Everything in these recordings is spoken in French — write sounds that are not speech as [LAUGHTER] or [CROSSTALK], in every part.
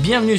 Bienvenue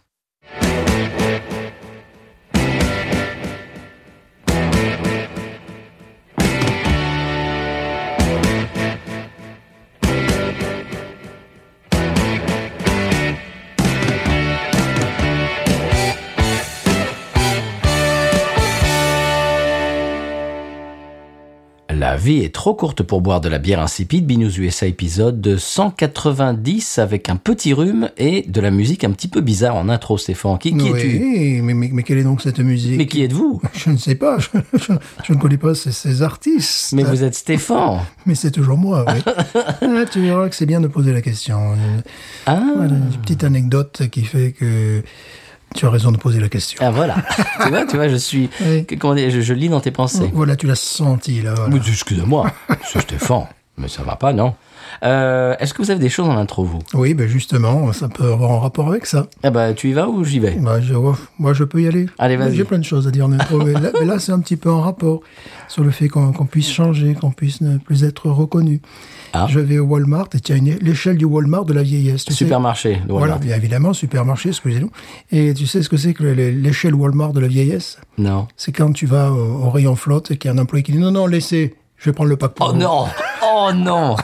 La vie est trop courte pour boire de la bière insipide. Binous USA épisode de 190 avec un petit rhume et de la musique un petit peu bizarre en intro. Stéphane, qui, qui Oui, es-tu mais, mais, mais quelle est donc cette musique Mais qui êtes-vous Je ne sais pas, [LAUGHS] je, je- je ne connais pas ces, ces artistes. Mais vous êtes Stéphane Mais c'est toujours moi, [LAUGHS] oui. Ah, tu verras que c'est bien de poser la question. Ah, Voilà, une petite anecdote qui fait que tu as raison de poser la question. ah, voilà. tu vois, tu vois, je suis. Oui. que- comment dire, je, je lis dans tes pensées. Voilà, tu l'as senti, là. voilà. Mais Excusez-moi, [LAUGHS] c'est Stéphane. Mais ça va pas, non Euh, Est-ce que vous avez des choses en intro, vous Oui, ben justement, ça peut avoir un rapport avec ça. Eh ben, tu y vas ou j'y vais Bah, je- ouf, moi, je peux y aller. Allez, vas-y. J'ai plein de choses à dire. en intro, mais là, mais là, c'est un petit peu en rapport sur le fait qu'on qu'on puisse changer, qu'on puisse ne plus être reconnu. Ah. Je vais au Walmart et tiens, une- l'échelle du Walmart de la vieillesse. tu sais. Supermarché, le Voilà, Walmart. bien évidemment, supermarché, excusez-nous. Et tu sais ce que c'est que le- l'échelle Walmart de la vieillesse Non. C'est quand tu vas au, au rayon flotte et qu'il y a un employé qui dit non, non, laissez, je vais prendre le pack pour Oh vous. non Oh non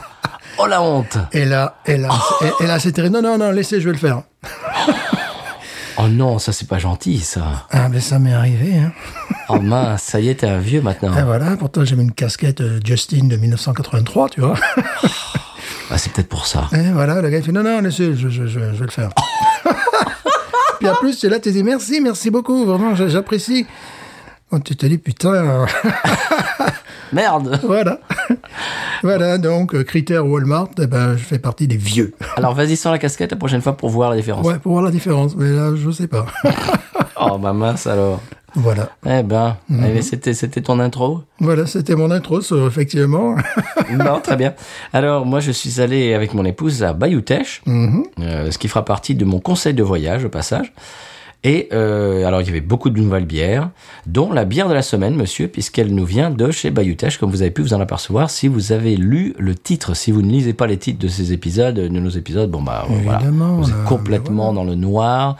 Oh la honte Et là, et là, et, et là, c'est terrible. Non, non, non, laissez, je vais le faire. Oh non, ça c'est pas gentil, ça. Ah, mais ça m'est arrivé, hein. Oh mince, ça y est, t'es un vieux maintenant. Ah, voilà, pourtant j'avais une casquette euh, Justin de 1983, tu vois. [LAUGHS] Ah, c'est peut-être pour ça. Et voilà, le gars il fait non, non, laissez, je, je, je, je vais le [LAUGHS] faire. Puis en plus, là, tu dis merci, merci beaucoup, vraiment, j'a- j'apprécie. Bon, tu te dis putain, [LAUGHS] euh, Merde voilà. voilà, donc, euh, critère Walmart, eh ben, je fais partie des [LAUGHS] vieux. Alors vas-y sans la casquette la prochaine fois pour voir la différence. Ouais, pour voir la différence, mais là, je sais [LAUGHS] pas. Oh bah mince alors. voilà. Eh ben, Mhm. eh ben, c'était c'était ton intro Voilà, c'était mon intro, ça, effectivement. [LAUGHS] Non, très bien. Alors, moi, je suis allé avec mon épouse à Bayoutech, euh, ce qui fera partie de mon conseil de voyage, au passage. Et euh, alors, il y avait beaucoup de nouvelles bières, dont la bière de la semaine, monsieur, puisqu'elle nous vient de chez Bayoutech, comme vous avez pu vous en apercevoir si vous avez lu le titre. Si vous ne lisez pas les titres de ces épisodes, de nos épisodes, bon, bah, voilà, Évidemment, vous là, êtes complètement dans le noir,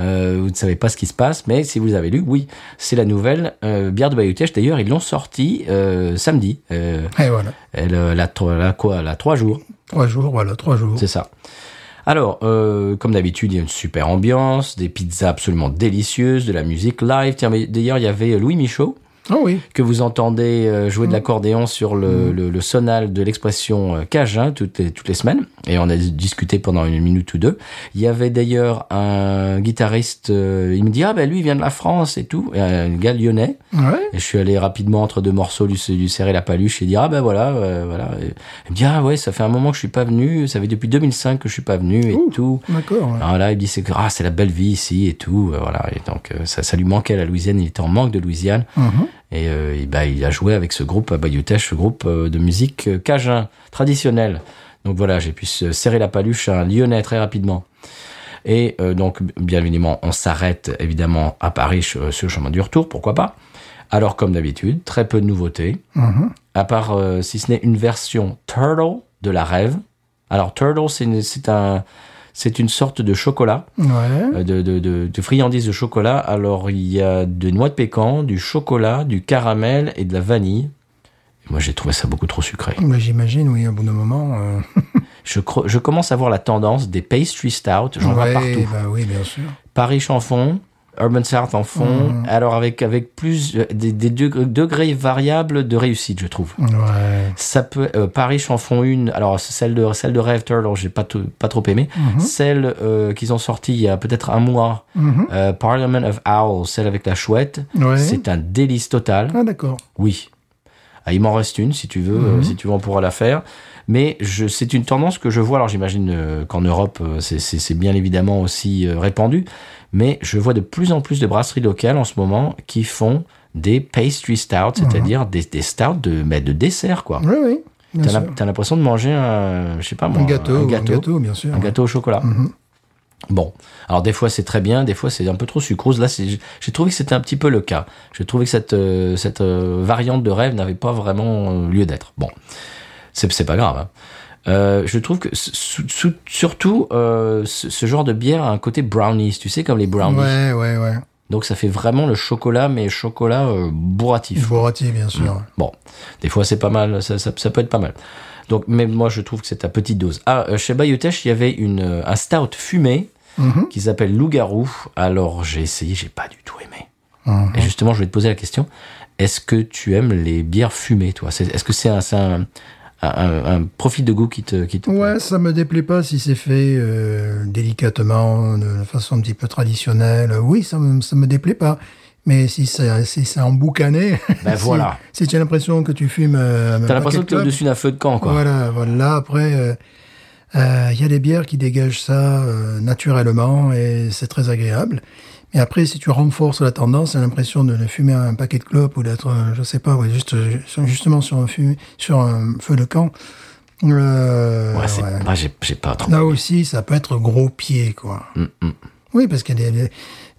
euh, vous ne savez pas ce qui se passe, mais si vous l'avez lu, oui, c'est la nouvelle euh, bière de Bayoutech. D'ailleurs, ils l'ont sortie euh, samedi. euh, Et voilà. elle, euh, la, tro- la quoi, la trois jours, [LAUGHS] Trois jours, voilà, trois jours. c'est ça. Alors, euh, comme d'habitude, il y a une super ambiance, des pizzas absolument délicieuses, de la musique live. Tiens, mais d'ailleurs, il y avait Louis Michaud Ah oui. que vous entendez euh, jouer de l'accordéon sur le, le- le sonal de l'expression euh, cajun toutes les, toutes les semaines. Et on a discuté pendant une minute ou deux. Il y avait d'ailleurs un guitariste, euh, il me dit, ah ben lui, il vient de la France et tout, un gars lyonnais. Ouais. Et je suis allé rapidement entre deux morceaux lui, lui serrer la paluche et dire ah ben voilà euh, voilà. Et il me dit ah ouais ça fait un moment que je suis pas venu, ça fait depuis 2005 que je suis pas venu et Ouh. tout. D'accord. Alors là il me dit c'est ah c'est la belle vie ici et tout euh, voilà et donc euh, ça ça lui manquait la Louisiane, il était en manque de Louisiane Mhm. et, euh, et ben, il a joué avec ce groupe à Bayutech, ce groupe euh, de musique euh, cajun traditionnelle. Donc voilà, j'ai pu se- serrer la paluche à un Lyonnais très rapidement. Et euh, donc, bien évidemment, on s'arrête évidemment à Paris sur sur le chemin du retour, pourquoi pas. Alors, comme d'habitude, très peu de nouveautés, Mhm. à part euh, si ce n'est une version Turtle de la rêve. Alors, Turtle, c'est une- c'est un, c'est une sorte de chocolat Ouais. euh, de, de, de, de friandises de chocolat. Alors, il y a des noix de pécan, du chocolat, du caramel et de la vanille. Et moi, j'ai trouvé ça beaucoup trop sucré. Bah, J'imagine, oui, au bout d'un moment. euh, Je, cro- je commence à voir la tendance des pastry stout. J'en vois ouais, partout. bah oui, bien sûr. Paris en fond, Urban South en fond. Alors, avec, avec plus euh, des, des degr- degrés variables de réussite, je trouve. Ouais. Ça peut, euh, Paris en font une. Alors celle de celle de Rave Turtle, j'ai pas tout- pas trop aimé. Celle euh, qu'ils ont sortie il y a peut-être un mois, Mhm. euh, Parliament of Owls, celle avec la chouette. Ouais. C'est un délice total. Ah, d'accord. Oui. Ah, il m'en reste une, si tu veux, Mhm. euh, si tu veux, on pourra la faire. Mais je, c'est une tendance que je vois. Alors, j'imagine euh, qu'en Europe, euh, c'est, c'est- c'est bien évidemment aussi euh, répandu. Mais je vois de plus en plus de brasseries locales en ce moment qui font des pastry stouts, c'est-à-dire des, des stouts de, mais de dessert, quoi. Oui, oui. bien T'as, la- sûr. t'as l'impression de manger un, je sais pas moi, Un gâteau, un un gâteau, gâteau, bien sûr. un gâteau au chocolat. Bon, alors des fois c'est très bien, des fois c'est un peu trop sucrose. Là, c'est- j'ai trouvé que c'était un petit peu le cas. J'ai trouvé que cette, euh, cette euh, variante de rêve n'avait pas vraiment euh, lieu d'être. Bon, c'est c'est pas grave. hein. Euh, je trouve que sou- sou- surtout euh, ce, ce genre de bière a un côté brownies, tu sais, comme les brownies. Ouais, ouais, ouais. Donc ça fait vraiment le chocolat, mais chocolat euh, bourratif. Borati, bien sûr. Bon, des fois c'est pas mal, ça, ça- ça peut être pas mal. Donc, mais moi je trouve que c'est à petite dose. Ah, euh, chez Bayutech, il y avait une, euh, un stout fumé Mhm. qui s'appelle Loup-garou. Alors j'ai essayé, j'ai pas du tout aimé. Mhm. Et justement, je vais te poser la question est-ce que tu aimes les bières fumées, toi C'est- Est-ce que c'est un, c'est un, un- un profil de goût qui te. Qui te Ouais, ça me déplaît pas si c'est fait euh, délicatement, de façon un petit peu traditionnelle. Oui, ça me, ça me déplaît pas. Mais si c'est si c'est emboucané, Ben [LAUGHS] si- voilà. Si tu as l'impression que tu fumes, euh, un T'as l'impression que paquet t'es de au-dessus d'un feu de camp, quoi. Voilà, voilà. Après, euh, euh, il y a des bières qui dégagent ça euh, naturellement et c'est très agréable. Mais après, si tu renforces la tendance, t'as l'impression de fumer un paquet de clopes ou d'être, euh, je sais pas, ouais, juste euh, sur- justement sur un, fumé- sur un feu de camp. Euh, Ouais, c'est- ouais. moi, j'ai j'ai pas trop. Là aussi, ça peut être gros pied, quoi. Mm, Oui, parce qu'il y a des,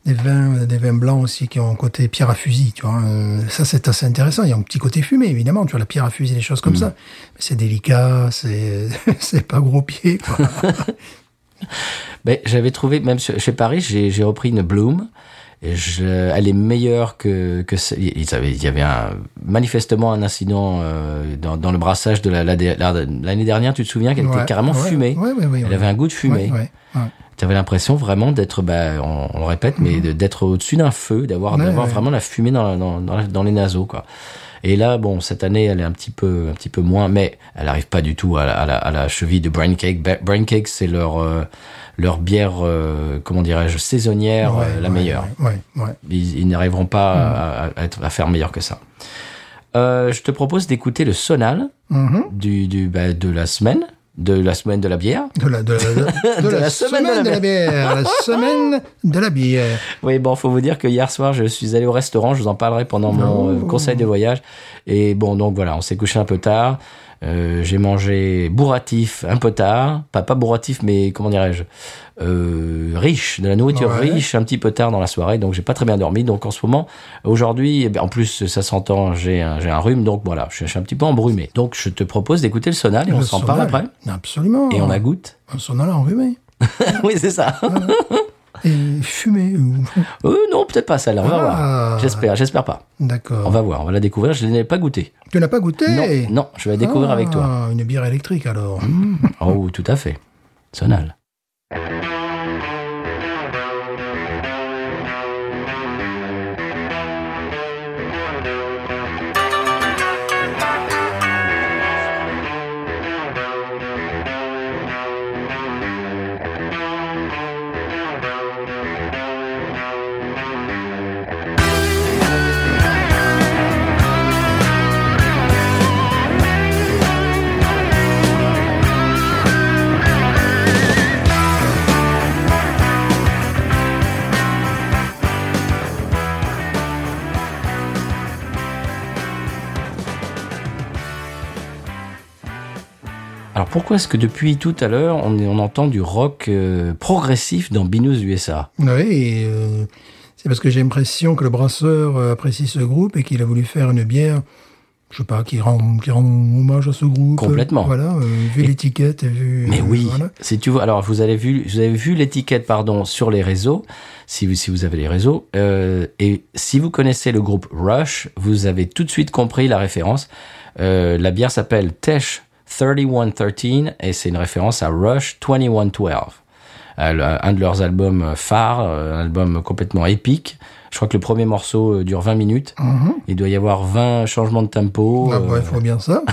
des vins, euh, des vins blancs aussi qui ont un côté pierre à fusil, tu vois. Euh, ça, c'est assez intéressant. Il y a un petit côté fumé, évidemment. Tu vois, la pierre à fusil, des choses Mm. comme ça. Mais c'est délicat, c'est, [LAUGHS] c'est pas [LAUGHS] gros pied, quoi. Ben, j'avais trouvé, même sur- chez Paris, j'ai j'ai repris une Bloom. Et je, elle est meilleure que, que ce- ils avaient- il y avait un, manifestement un incident euh, dans, dans le brassage de la- la- la- l'année dernière. Tu te souviens qu'elle Ouais, était carrément ouais, fumée. ouais, ouais, ouais, elle ouais. avait un goût de fumée. Ouais, ouais, ouais. Tu avais l'impression vraiment d'être, bah, on, on le répète, mais de- d'être au-dessus d'un feu, d'avoir Mhm. Ouais, d'avoir ouais. vraiment la fumée dans, la- dans, dans la- dans les naseaux, quoi. Et là, bon, cette année, elle est un petit peu, un petit peu moins, mais elle n'arrive pas du tout à la, à la, à la cheville de Brain Cake. Ba- Brain Cake, c'est leur, euh, leur bière, euh, comment dirais-je, saisonnière, Ouais, euh, la ouais, meilleure. Ouais, ouais, ouais. Mhm. Ils, ils n'arriveront pas à- à, à être- à faire meilleur que ça. Euh, je te propose d'écouter le sonal Mhm. du, du, bah, de la semaine, de la semaine de la bière. De la, [LAUGHS] de, la- de De la la semaine, de la [LAUGHS] bière. la semaine de la bière. Oui, bon, faut vous dire que hier soir, je suis allé au restaurant, je vous en parlerai pendant mon euh, conseil de voyage. Et bon, donc voilà, on s'est couché un peu tard. Euh, j'ai mangé bourratif un peu tard, pas, pas bourratif, mais comment dirais-je, euh, riche, de la nourriture Ouais. riche un petit peu tard dans la soirée, donc j'ai pas très bien dormi. Donc en ce moment, aujourd'hui, eh ben, en plus ça s'entend, j'ai un, j'ai un rhume, donc voilà, je, suis- je suis un petit peu embrumé. Donc je te propose d'écouter le sonal et on Le s'en parle sonal. Ah. après. Absolument. Et on la goûte. [LAUGHS] Un sonal enrhumé. oui, c'est ça. Et fumé. ou- Euh, non, peut-être pas celle-là, on va Ah. voir. J'espère, j'espère pas. D'accord. On va voir, on va la découvrir. Je ne l'ai pas goûtée. Tu n'as pas goûté Non, non, je vais la découvrir Ah, avec toi. Une bière électrique alors. Mmh. Oh, tout à fait. Sonal. Alors pourquoi est-ce que depuis tout à l'heure, on, on entend du rock euh, progressif dans Binous USA Oui, euh, c'est parce que j'ai l'impression que le brasseur euh, apprécie ce groupe et qu'il a voulu faire une bière, je sais pas, qui rend, qui rend hommage à ce groupe. Complètement. Voilà, euh, vu l'étiquette et vu. Mais euh, oui, voilà. si tu vois, alors vous avez vu, vous avez vu l'étiquette, pardon, sur les réseaux, si vous, si vous avez les réseaux, euh, et si vous connaissez le groupe Rush, vous avez tout de suite compris la référence. Euh, la bière s'appelle Tesh 3113 et c'est une référence à Rush 2112. Euh, le- un de leurs albums phares, euh, un album complètement épique. Je crois que le premier morceau euh, dure 20 minutes. Il doit y avoir 20 changements de tempo. Mmh. Ah, euh, bah, il faut [LAUGHS] bien ça.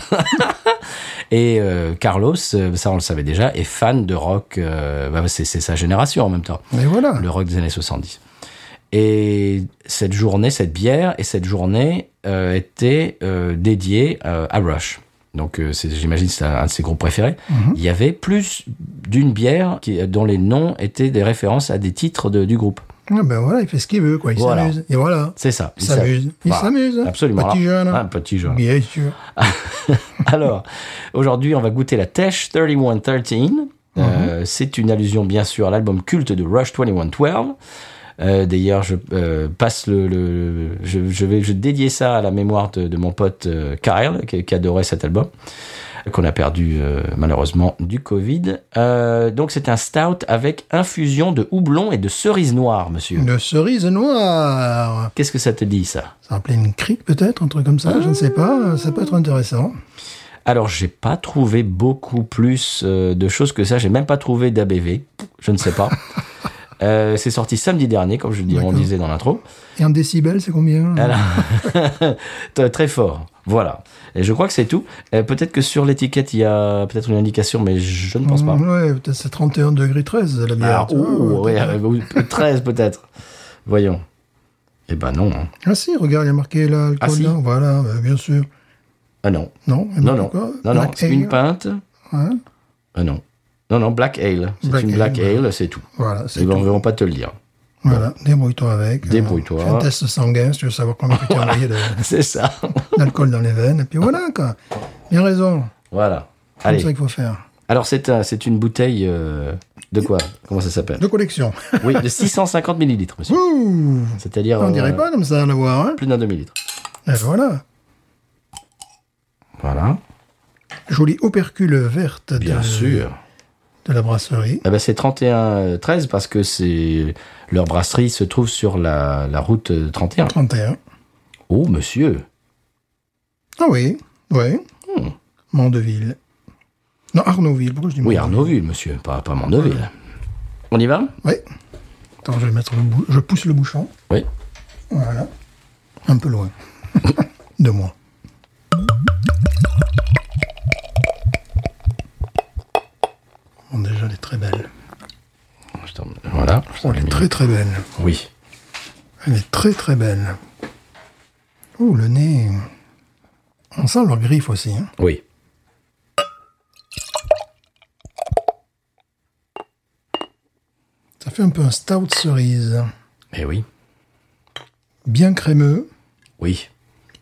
et euh, Carlos, euh, ça on le savait déjà, est fan de rock, euh, bah, c'est c'est sa génération en même temps, Mais voilà. le rock des années 70. Et cette journée, cette bière et cette journée euh, était euh, dédié euh, à Rush. Donc, euh, c'est- j'imagine que c'est un un de ses groupes préférés. Mm-hmm. Il y avait plus d'une bière qui, dont les noms étaient des références à des titres de- du groupe. Ah ben voilà, il fait ce qu'il veut, quoi. Il Voilà. s'amuse. Et voilà. C'est ça. Il s'amuse. Il Voilà. s'amuse. Absolument. Ah. Petit Alors- jeune. hein. Un petit jeune. Bien sûr. Alors, aujourd'hui, on va goûter la Tesh 3113. Euh, c'est une allusion, bien sûr, à l'album culte de Rush 2112. Euh, D'ailleurs, je euh, passe le, le- je, je vais je vais dédier ça à la mémoire de, de mon pote euh, Kyle qui, qui adorait cet album qu'on a perdu euh, malheureusement du Covid. Euh, donc c'est un stout avec infusion de houblon et de cerise noire, monsieur. Une cerise noire. Qu'est-ce que ça te dit ça Ça rappelait une crique, peut-être, un truc comme ça. Je ne sais pas. Ça peut être intéressant. Alors, j'ai pas trouvé beaucoup plus euh, de choses que ça. J'ai même pas trouvé d'ABV. Je ne sais [LAUGHS] pas. Euh, c'est sorti samedi dernier, comme je dis, on D'accord. Mhm. disait dans l'intro. Et en décibels, c'est combien Alors, [LAUGHS] t- très fort. Voilà. Et je crois que c'est tout. Euh, peut-être que sur l'étiquette, il y a peut-être une indication, mais je ne pense pas. Mm, Ouais, peut-être c'est 31 degrés 13, la bière. Ah, tu vois, ouh, ouais, ouais, peut-être. euh, ou- [LAUGHS] 13 peut-être. Voyons. Eh ben non. hein. Ah si, regarde, il y a marqué là, l'alcool Ah, si. dedans. Voilà, bah, bien sûr. Ah non. Non, il y a Non, marqué non. quoi Non, non. Black Une Ale. pinte. Ouais. Ah non. Non, non, Black Ale. C'est Black une Ale, Black ouais. Ale, c'est tout. Voilà, c'est Ils tout. ne vont pas te le dire. Voilà, débrouille-toi avec. Débrouille-toi. Euh, Fais un test sanguin si tu veux savoir combien tu as envoyé [LAUGHS] de- C'est ça. d'alcool dans les veines. Et puis voilà, quoi. Bien raison. Voilà. C'est comme Allez. ça qu'il faut faire. Alors, c'est un- c'est une bouteille euh, de quoi Comment ça s'appelle [LAUGHS] De collection. Oui, de 650 millilitres, monsieur. Ouh C'est-à-dire. On euh, dirait pas comme ça à la voir, hein Plus d'un demi-litre. Et voilà. Voilà. Jolie opercule verte de, Bien sûr. de la brasserie. Eh ben, c'est 31-13 parce que c'est. Leur brasserie se trouve sur la, la route euh, 31. 31. Oh, monsieur. Ah oui, oui. Hmm. Mondeville. Non, Arnaudville. Pourquoi je dis Oui, Mondeville Arnaudville, monsieur. Pas, pas Mandeville. On y va Oui. Attends, je vais mettre le bou- je pousse le bouchon. Oui. Voilà. Un peu loin. [LAUGHS] De moi. Bon, déjà, elle est très belle. Oh, Je t'en- Voilà. Je t'en Elle ai est mis. très très belle. Oui. Elle est très très belle. Oh, le nez. On sent leurs griffes aussi. hein. Oui. Ça fait un peu un stout cerise. Eh oui. Bien crémeux. Oui.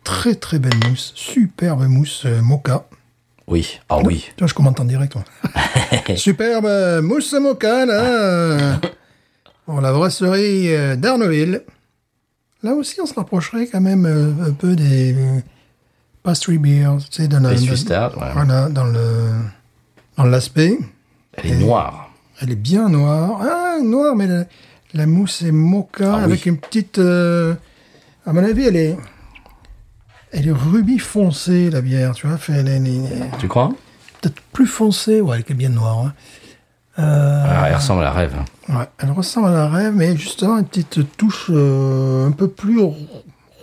Très très belle mousse. Superbe mousse euh, mocha. Oui. Ah oui. Tiens, je commente en direct. moi. Superbe mousse mocha, là, pour la brasserie euh, d'Arneville. Là aussi, on se rapprocherait quand même euh, un peu des euh, pastry beers, tu sais, dans la- Les dans- Swiss Stars, ouais. Voilà, dans le dans l'aspect. Elle est noire. Elle est bien noire. Ah, noire, mais la, la mousse est mocha Ah avec oui. une petite. euh, à mon avis, elle est. Elle est rubis foncé, la bière, tu vois. fait- Elle est- elle est- Tu crois peut-être plus foncée. Ouais, elle est bien noire. hein. Euh, Ah, elle ressemble à la rêve. hein. ouais, elle ressemble à la rêve, mais justement, une petite touche euh, un peu plus rou-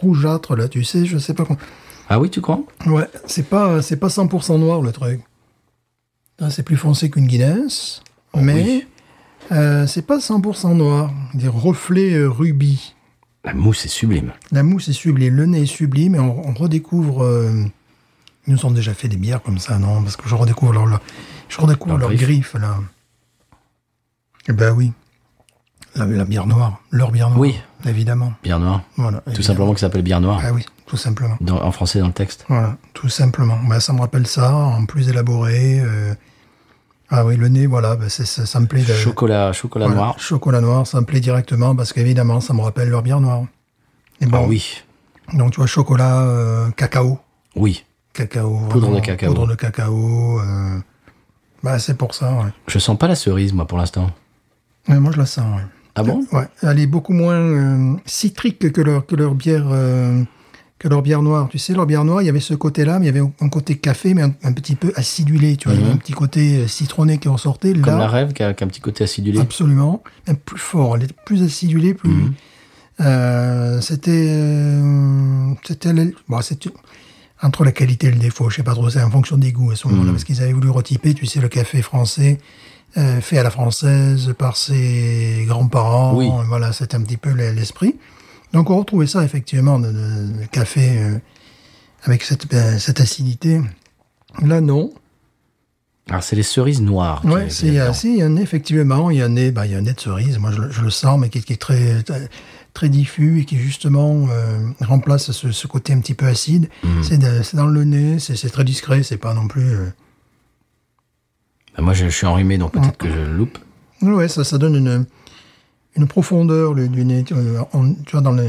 rougeâtre, là, tu sais, je sais pas comment. Ah oui, tu crois Ouais, c'est pas, c'est pas 100% noir, le truc. Là, C'est plus foncé qu'une Guinness, mais Ah oui. euh, c'est pas 100% noir. Des reflets euh, rubis. La mousse est sublime. La mousse est sublime, le nez est sublime, et on, on redécouvre. euh, ils nous ont déjà fait des bières comme ça, non Parce que je redécouvre leur, leur- je redécouvre Leur leurs griffe. griffes, là. Eh ben oui. La, la bière noire, leur bière noire. Oui. Évidemment. Ah. Bière noire. Voilà. Tout simplement que ça s'appelle bière noire. Ah oui, tout simplement. Dans- en français, dans le texte. Voilà, tout simplement. Ben, ça me rappelle ça, en plus élaboré. euh, Ah oui, le nez, voilà, ben, c'est- ça, ça me plaît. de- Chocolat, chocolat voilà, noir. Chocolat noir, ça me plaît directement parce qu'évidemment, ça me rappelle leur bière noire. Et Ah bon, oui. Donc tu vois, chocolat, euh, cacao. Oui. Cacao. Poudre de cacao. Poudre de cacao. euh, Bah, c'est pour ça, ouais. Je sens pas la cerise, moi, pour l'instant. Ouais, moi, je la sens, ouais. Ah bon Ouais, elle est beaucoup moins euh, citrique que leur, que leur bière... euh, que leur bière noire. Tu sais, leur bière noire, il y avait ce côté-là, mais il y avait un côté café, mais un, un petit peu acidulé. Tu vois, il y avait un petit côté euh, citronné qui ressortait. Là, Mhm. Comme la rêve qui a, qui a un petit côté acidulé. Mhm. Absolument. Même plus fort. Elle était plus acidulée, plus. Euh, c'était. euh, c'était. le- Bon, c'était. Entre la qualité et le défaut, je sais pas trop, c'est en fonction des goûts à Mhm. ce moment-là, parce qu'ils avaient voulu retyper, tu sais, le café français, euh, fait à la française par ses grands-parents. Oui. Voilà, c'était un petit peu l'esprit. Donc on retrouvait ça effectivement, le, le- le café euh, avec cette, ben, cette acidité. Là non. Alors, c'est les cerises noires. qui- Ah. Ouais, c'est euh, si, il y en a effectivement, il y en a, ben, il y en a de cerise. Moi je, le- je le sens, mais qui, qui est très très- très diffus et qui justement euh, remplace ce, ce côté un petit peu acide. C'est de- C'est dans le nez, c'est c'est très discret, c'est pas non plus. euh, Bah, Moi, je, je suis enrhumé, donc peut-être que je le loupe. Ouais, ça, ça donne une, une profondeur le- du nez. Tu, euh, on- tu vois, dans le.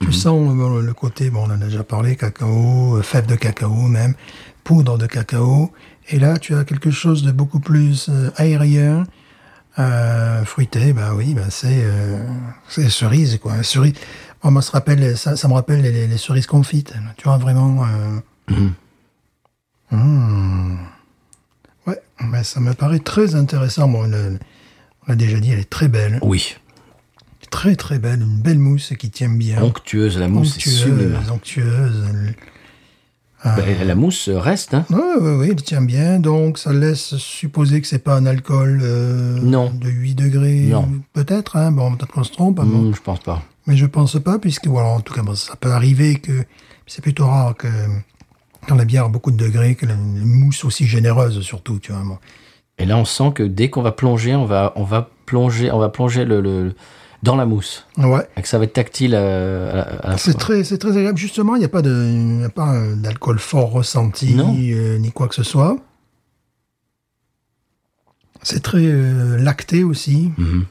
Tu sens euh, le côté, bon, on en a déjà parlé, cacao, euh, fève de cacao même, poudre de cacao. Et là, tu as quelque chose de beaucoup plus euh, aérien, euh, fruité, bah oui, bah c'est euh, c'est cerise, quoi. Cerise. Oh, Moi, moi, ça, rappelle, ça, ça me rappelle les, les- les cerises confites. Tu vois, vraiment. euh, Hmm. Ouais, mais ça me paraît très intéressant. Bon, le- on l'a déjà dit, elle est très belle. Oui. Très très belle, une belle mousse qui tient bien. Onctueuse, la mousse, c'est sublime. onctueuse, onctueuse. Ah. Bah, la mousse reste, hein. Oui, oui, oui, elle tient bien, donc ça laisse supposer que c'est pas un alcool euh, Non. de 8 degrés. Non. Peut-être, hein. bon, peut-être qu'on se trompe, hein, bon. Hmm, je pense pas. mais je pense pas, puisque, ou alors, en tout cas, bon, ça peut arriver que c'est plutôt rare que quand la bière a beaucoup de degrés, que la, une mousse aussi généreuse, surtout, tu vois. bon. Et là, on sent que dès qu'on va plonger, on va, on va plonger, on va plonger le, le- dans la mousse. Ouais. Et que ça va être tactile euh, à, la- à la C'est fois. très, c'est très agréable. Justement, il n'y a pas de, il n'y a pas euh, d'alcool fort ressenti, Non. euh, ni quoi que ce soit. C'est très euh, lacté aussi. Mhm.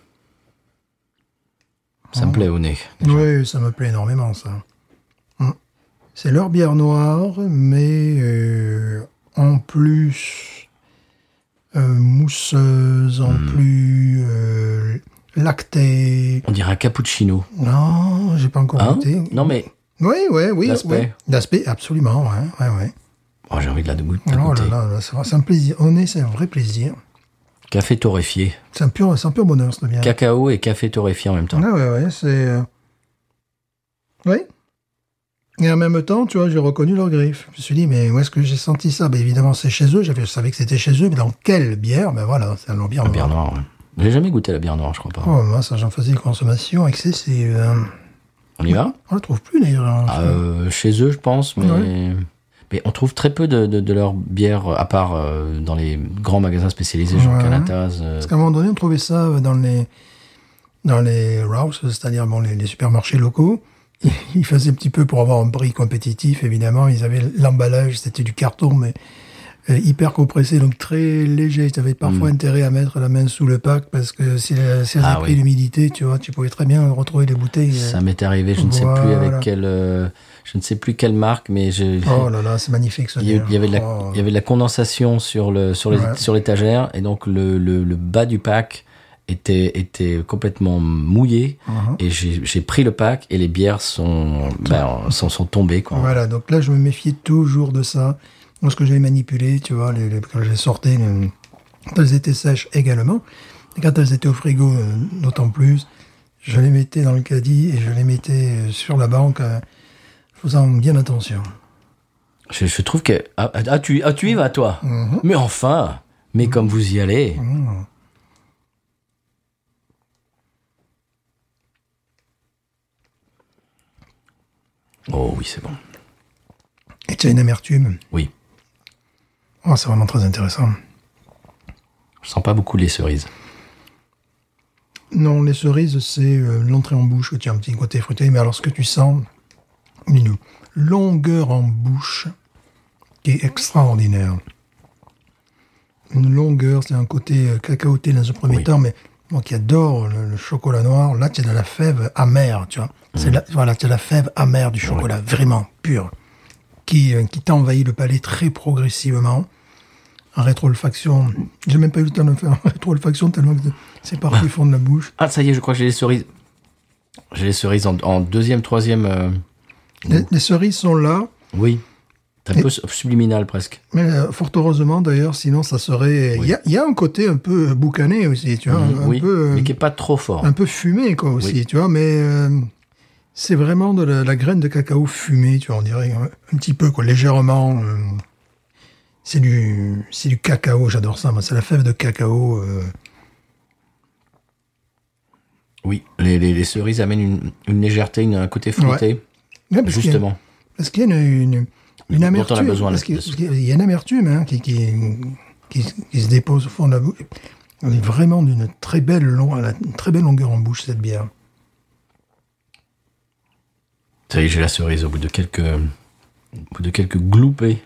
Ça me plaît au nez. Oui, ça me plaît énormément, ça. Mm. C'est leur bière noire, mais euh, en plus euh, mousseuse, en Hmm. plus euh, lactée. On dirait un cappuccino. Non, j'ai pas encore Hein goûté. Non, mais Oui, oui, oui. L'aspect. oui. L'aspect, absolument, ouais, ouais, ouais. oh, j'ai envie de la goûter. Oh là là, là, c'est vrai, c'est un plaisir. On est, c'est un vrai plaisir. Café torréfié. C'est un pur, c'est un pur bonheur, c'est bien. Cacao et café torréfié en même temps. Ouais, ouais, ouais, c'est. euh, Oui. Et en même temps, tu vois, j'ai reconnu leurs griffes. Je me suis dit, mais où est-ce que j'ai senti ça Ben évidemment, c'est chez eux. J'avais- Je savais que c'était chez eux, mais dans quelle bière Ben voilà, c'est leur bière. La bière noire. noire, ouais. J'ai jamais goûté la bière noire, je crois pas. Oh, moi, ça, j'en faisais une consommation excessive. euh, On y [LAUGHS] va On la trouve plus, d'ailleurs. hein, en Ah, fait. euh, Chez eux, je pense, mais... Ouais. Mais on trouve très peu de, de, de leur bière, à part euh, dans les grands magasins spécialisés, genre Ouais. Canataz. euh, Parce qu'à un moment donné, on trouvait ça euh, dans les, dans les Rouse, c'est-à-dire bon, les, les supermarchés locaux. [LAUGHS] Ils faisaient un petit peu pour avoir un prix compétitif, évidemment. Ils avaient l'emballage, c'était du carton, mais euh, hyper compressé, donc très léger. Tu avais parfois intérêt à mettre la main sous le pack parce que si, la- si elle Mm. Ah avait pris oui. l'humidité, tu vois, tu pouvais très bien retrouver les bouteilles. Ça m'est arrivé, je ne sais plus euh, Voilà. avec quelle, euh, je ne sais plus quelle marque, mais je- Oh là là, c'est magnifique ce il, y a- verre. il y avait de la, Oh. il y avait de la condensation sur le, sur les, Ouais. sur l'étagère, et donc le, le, le bas du pack était, était complètement mouillé, Mhm. et j'ai j'ai pris le pack et les bières sont, ben, sont, sont tombées quoi. Voilà, donc là, je me méfiais toujours de ça. Lorsque j'ai manipulé, tu vois, les, les- quand je les sortais, les- quand elles étaient sèches également, et quand elles étaient au frigo, euh, d'autant plus, je les mettais dans le caddie et je les mettais euh, sur la banque, euh, faisant bien attention. Je, je trouve que ah, ah, tu ah, tu y vas toi, Mhm. mais enfin, mais comme vous y allez, Mmh. oh oui c'est bon, Et tu as une amertume. oui, Oh, c'est vraiment très intéressant. je sens pas beaucoup les cerises. Non, les cerises, c'est euh, l'entrée en bouche où tu as un petit côté fruité, mais alors ce que tu sens, une longueur en bouche qui est extraordinaire. Une longueur, c'est un côté euh, cacaoté dans un premier Oui. temps, mais moi qui adore le, le chocolat noir, là tu as de la fève amère, tu vois. C'est la- voilà, tu as la fève amère du chocolat, vraiment pure, qui, euh, qui t'envahit le palais très progressivement. En rétro-olfaction, j'ai même pas eu le temps de le faire [LAUGHS] en rétro-olfaction tellement que c'est parti au fond de la bouche. Ah, ça y est, je crois que j'ai les cerises. J'ai les cerises en, en deuxième, troisième. euh, Les, les cerises sont là, Oui. C'est un peu subliminal presque. mais euh, fort heureusement d'ailleurs, sinon ça serait. Il y, a, il y a un côté un peu boucané aussi, tu vois, un, Mhm. oui. peu, euh, Mais qui est pas trop fort. un peu fumé quoi aussi, tu vois, mais euh, c'est vraiment de la, la graine de cacao fumée, tu vois, on dirait un, un petit peu quoi, légèrement. euh, c'est du, c'est du cacao, j'adore ça, moi, c'est la fève de cacao. euh, Oui, les, les- les cerises amènent une, une légèreté, une- un côté fruité, Ouais, parce qu'il y a- justement. Parce qu'il y a une, une, Dont une on a amertume. besoin, parce là, qu'il- de ce- parce qu'il y a une amertume hein, qui, qui, qui, qui se dépose au fond de la bouche. On est vraiment d'une très belle, long- elle a une très belle longueur en bouche, cette bière. Ça y est, j'ai la cerise au bout de quelques, au bout de quelques gloupés.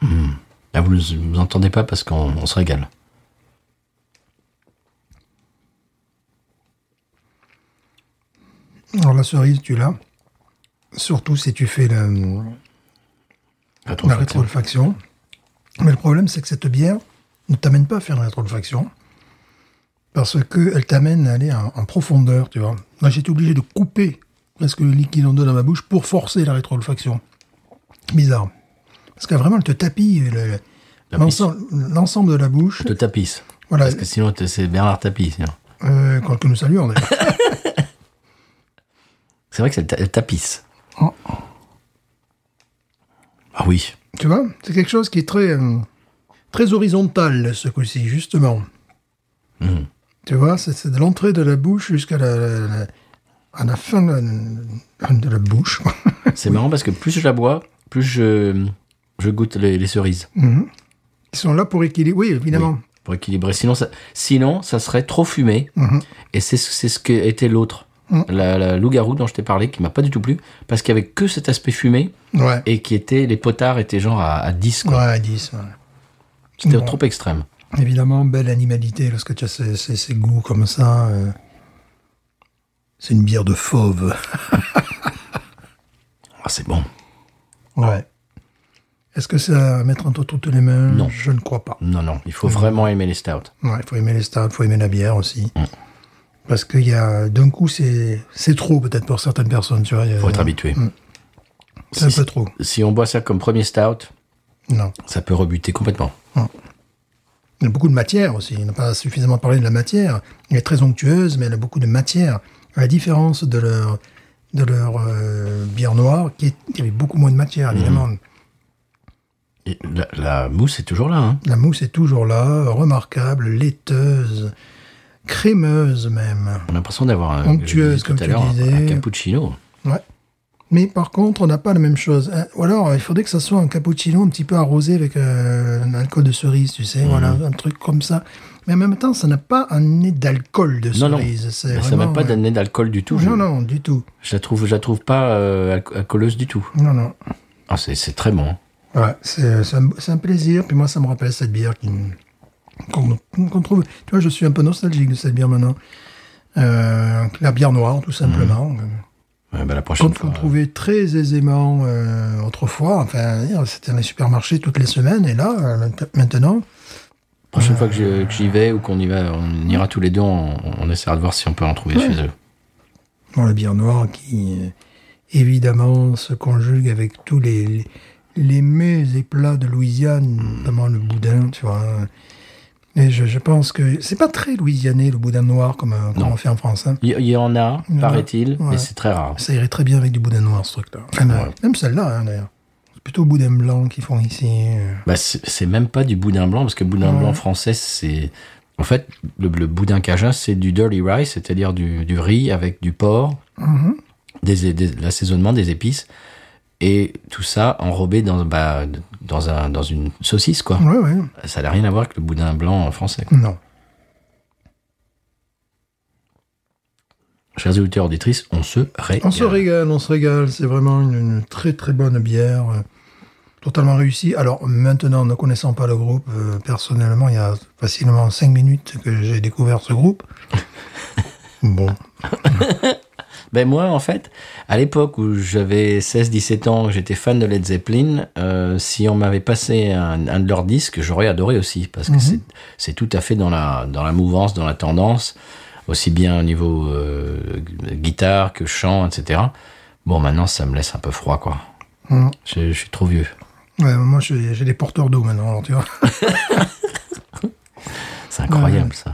Hmm. Là, vous ne vous entendez pas parce qu'on on se régale. Alors la cerise, tu l'as. Surtout si tu fais le, Pas trop la fixé. rétrofaction. Mais le problème, c'est que cette bière ne t'amène pas à faire une rétrofaction. Parce qu'elle t'amène à aller en, en profondeur, tu vois. Moi, j'étais obligé de couper presque le liquide en deux dans ma bouche pour forcer la rétrofaction. Bizarre. Parce que vraiment, elle te tapille le- Tapisse. l'ensemble l'ensemble de la bouche. Te tapisse. Voilà, Parce que sinon, t'es- c'est Bernard hein. Tapie. sinon. euh, quand que nous saluons d'ailleurs. C'est vrai que c'est le ta- le tapisse. Oh. Ah oui. tu vois, c'est quelque chose qui est très, euh, très horizontal, ce coup-ci, justement. Tu vois, c'est c'est de l'entrée de la bouche jusqu'à la, la- la- à la fin de la, de la bouche. [LAUGHS] quoi. C'est marrant parce que plus je la bois, plus je, je goûte les, les cerises Ils sont là pour équilibrer. Oui, évidemment. pour équilibrer. Sinon, ça, sinon, ça serait trop fumé. Et c'est ce c'est ce que était l'autre, la, la loup-garou dont je t'ai parlé, qui m'a pas du tout plu, parce qu'il y avait que cet aspect fumé Ouais. et qui était les potards étaient genre à, à 10 quoi. Ouais, 10. ouais. C'était bon. trop extrême. Évidemment, belle animalité lorsque tu as ces, ces- ces goûts comme ça. euh. C'est une bière de fauve. Ah, c'est bon. Ouais. Est-ce que c'est à mettre entre toutes les mains Non. Je ne crois pas. Non non, il faut vraiment aimer les stouts. Ouais, il faut aimer les stades, il faut aimer la bière aussi. Mm. Parce qu'il y a, d'un coup, c'est c'est trop peut-être pour certaines personnes, tu vois. il y a- Faut être habitué. C'est un Si- peu trop. Si on boit ça comme premier stout, Non. ça peut rebuter complètement. Il y a beaucoup de matière aussi. On n'a pas suffisamment parlé de la matière. Elle est très onctueuse, mais elle a beaucoup de matière. À la différence de leur, de leur euh, bière noire, qui, est, qui avait beaucoup moins de Mm. matière, évidemment. Et la, la mousse est toujours là. Hein. La mousse est toujours là, remarquable, laiteuse, crémeuse même. On a l'impression d'avoir un, Onctueuse, je le disais comme tout à tu l'heure, disais. un cappuccino. Ouais. Mais par contre, on n'a pas la même chose. Hein, Ou alors, il faudrait que ça soit un cappuccino un petit peu arrosé avec euh, un alcool de cerise, tu Mhm. sais, voilà, un truc comme ça. Mais en même temps, ça n'a pas un nez d'alcool de Non, non. cerise. Mais ça vraiment, m'a pas ouais. donné d'alcool du tout. je, Non, non, du tout. je la trouve, je la trouve pas euh, alco- alcooleuse du tout. Non, non. Ah, c'est c'est très bon. Ouais, c'est c'est un, c'est un plaisir. Puis moi, ça me rappelle cette bière qui- qu'on qu'on trouve. Tu vois, je suis un peu nostalgique de cette bière maintenant. Euh, la bière noire, tout simplement. Ouais, bah, la prochaine Quand fois. on euh, trouvait très aisément euh, autrefois, enfin, dire, c'était dans les supermarchés toutes les semaines, et là, euh, maintenant, Prochaine fois que je- que j'y vais ou qu'on y va, on ira tous les deux, on, on essaiera de voir si on peut en trouver chez eux. bon, la bière noire qui, euh, évidemment, se conjugue avec tous les, les, les mets et plats de Louisiane, notamment le boudin, tu vois. Et je, je pense que c'est pas très louisianais le boudin noir comme, euh, comme on fait en France. hein. Il y, il y en a, Il y en a, paraît-il, ouais. mais c'est très rare. Ça irait très bien avec du boudin noir, ce truc-là. Enfin, euh, Même celle-là, hein, d'ailleurs. C'est plutôt boudin blanc qu'ils font ici. euh. Bah, c'est c'est même pas du boudin blanc, parce que boudin blanc français, c'est. En fait, le, le boudin cajun, c'est du dirty rice, c'est-à-dire du, du riz avec du porc, des, des- l'assaisonnement des épices, et tout ça enrobé dans, bah, dans, un, dans une saucisse, quoi. Ouais, ouais. Ça n'a rien à voir avec le boudin blanc français. quoi. Non. Chers auditeurs, auditrices, on se régale. On se régale, on se régale. C'est vraiment une, une très très bonne bière, euh, totalement réussie. Alors maintenant, ne connaissant pas le groupe, euh, personnellement, il y a facilement 5 minutes que j'ai découvert [LAUGHS] ce groupe. bon, Ben moi, en fait, à l'époque où j'avais 16-17 ans, que j'étais fan de Led Zeppelin, euh, si on m'avait passé un, un de leurs disques, j'aurais adoré aussi, parce que c'est- c'est tout à fait dans la, dans la mouvance, dans la tendance, aussi bien au niveau euh, gu- guitare que chant, etc. Bon, maintenant, ça me laisse un peu froid, quoi. Mhm. Je, je suis trop vieux. Ouais, moi j'ai j'ai des porteurs d'eau maintenant, alors, tu vois. C'est incroyable, ça.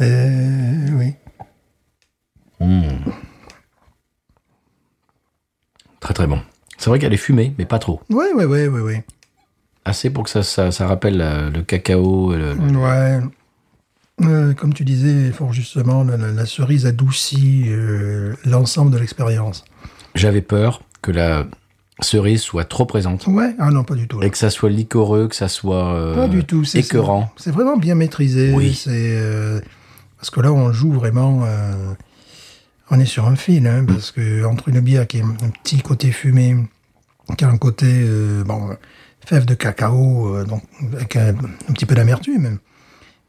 Euh, oui. Hmm. Très, très bon. C'est vrai qu'elle est fumée, mais pas trop. Ouais, ouais, ouais, ouais, ouais. assez pour que ça, ça, ça rappelle euh, le cacao. le- le- Ouais. Euh, comme tu disais, fort justement, la, la- la cerise adoucit euh, l'ensemble de l'expérience. J'avais peur que la cerise soit trop présente. Ouais, ah non, pas du tout. là. Et que ça soit liquoreux, que ça soit euh, Pas du tout. C'est écœurant. C'est vraiment bien maîtrisé. Oui. C'est euh, parce que là, on joue vraiment. euh, on est sur un fil, hein, parce que entre une bière qui a un petit côté fumé, qui a un côté euh, bon fève de cacao, euh, donc avec un, un petit peu d'amertume.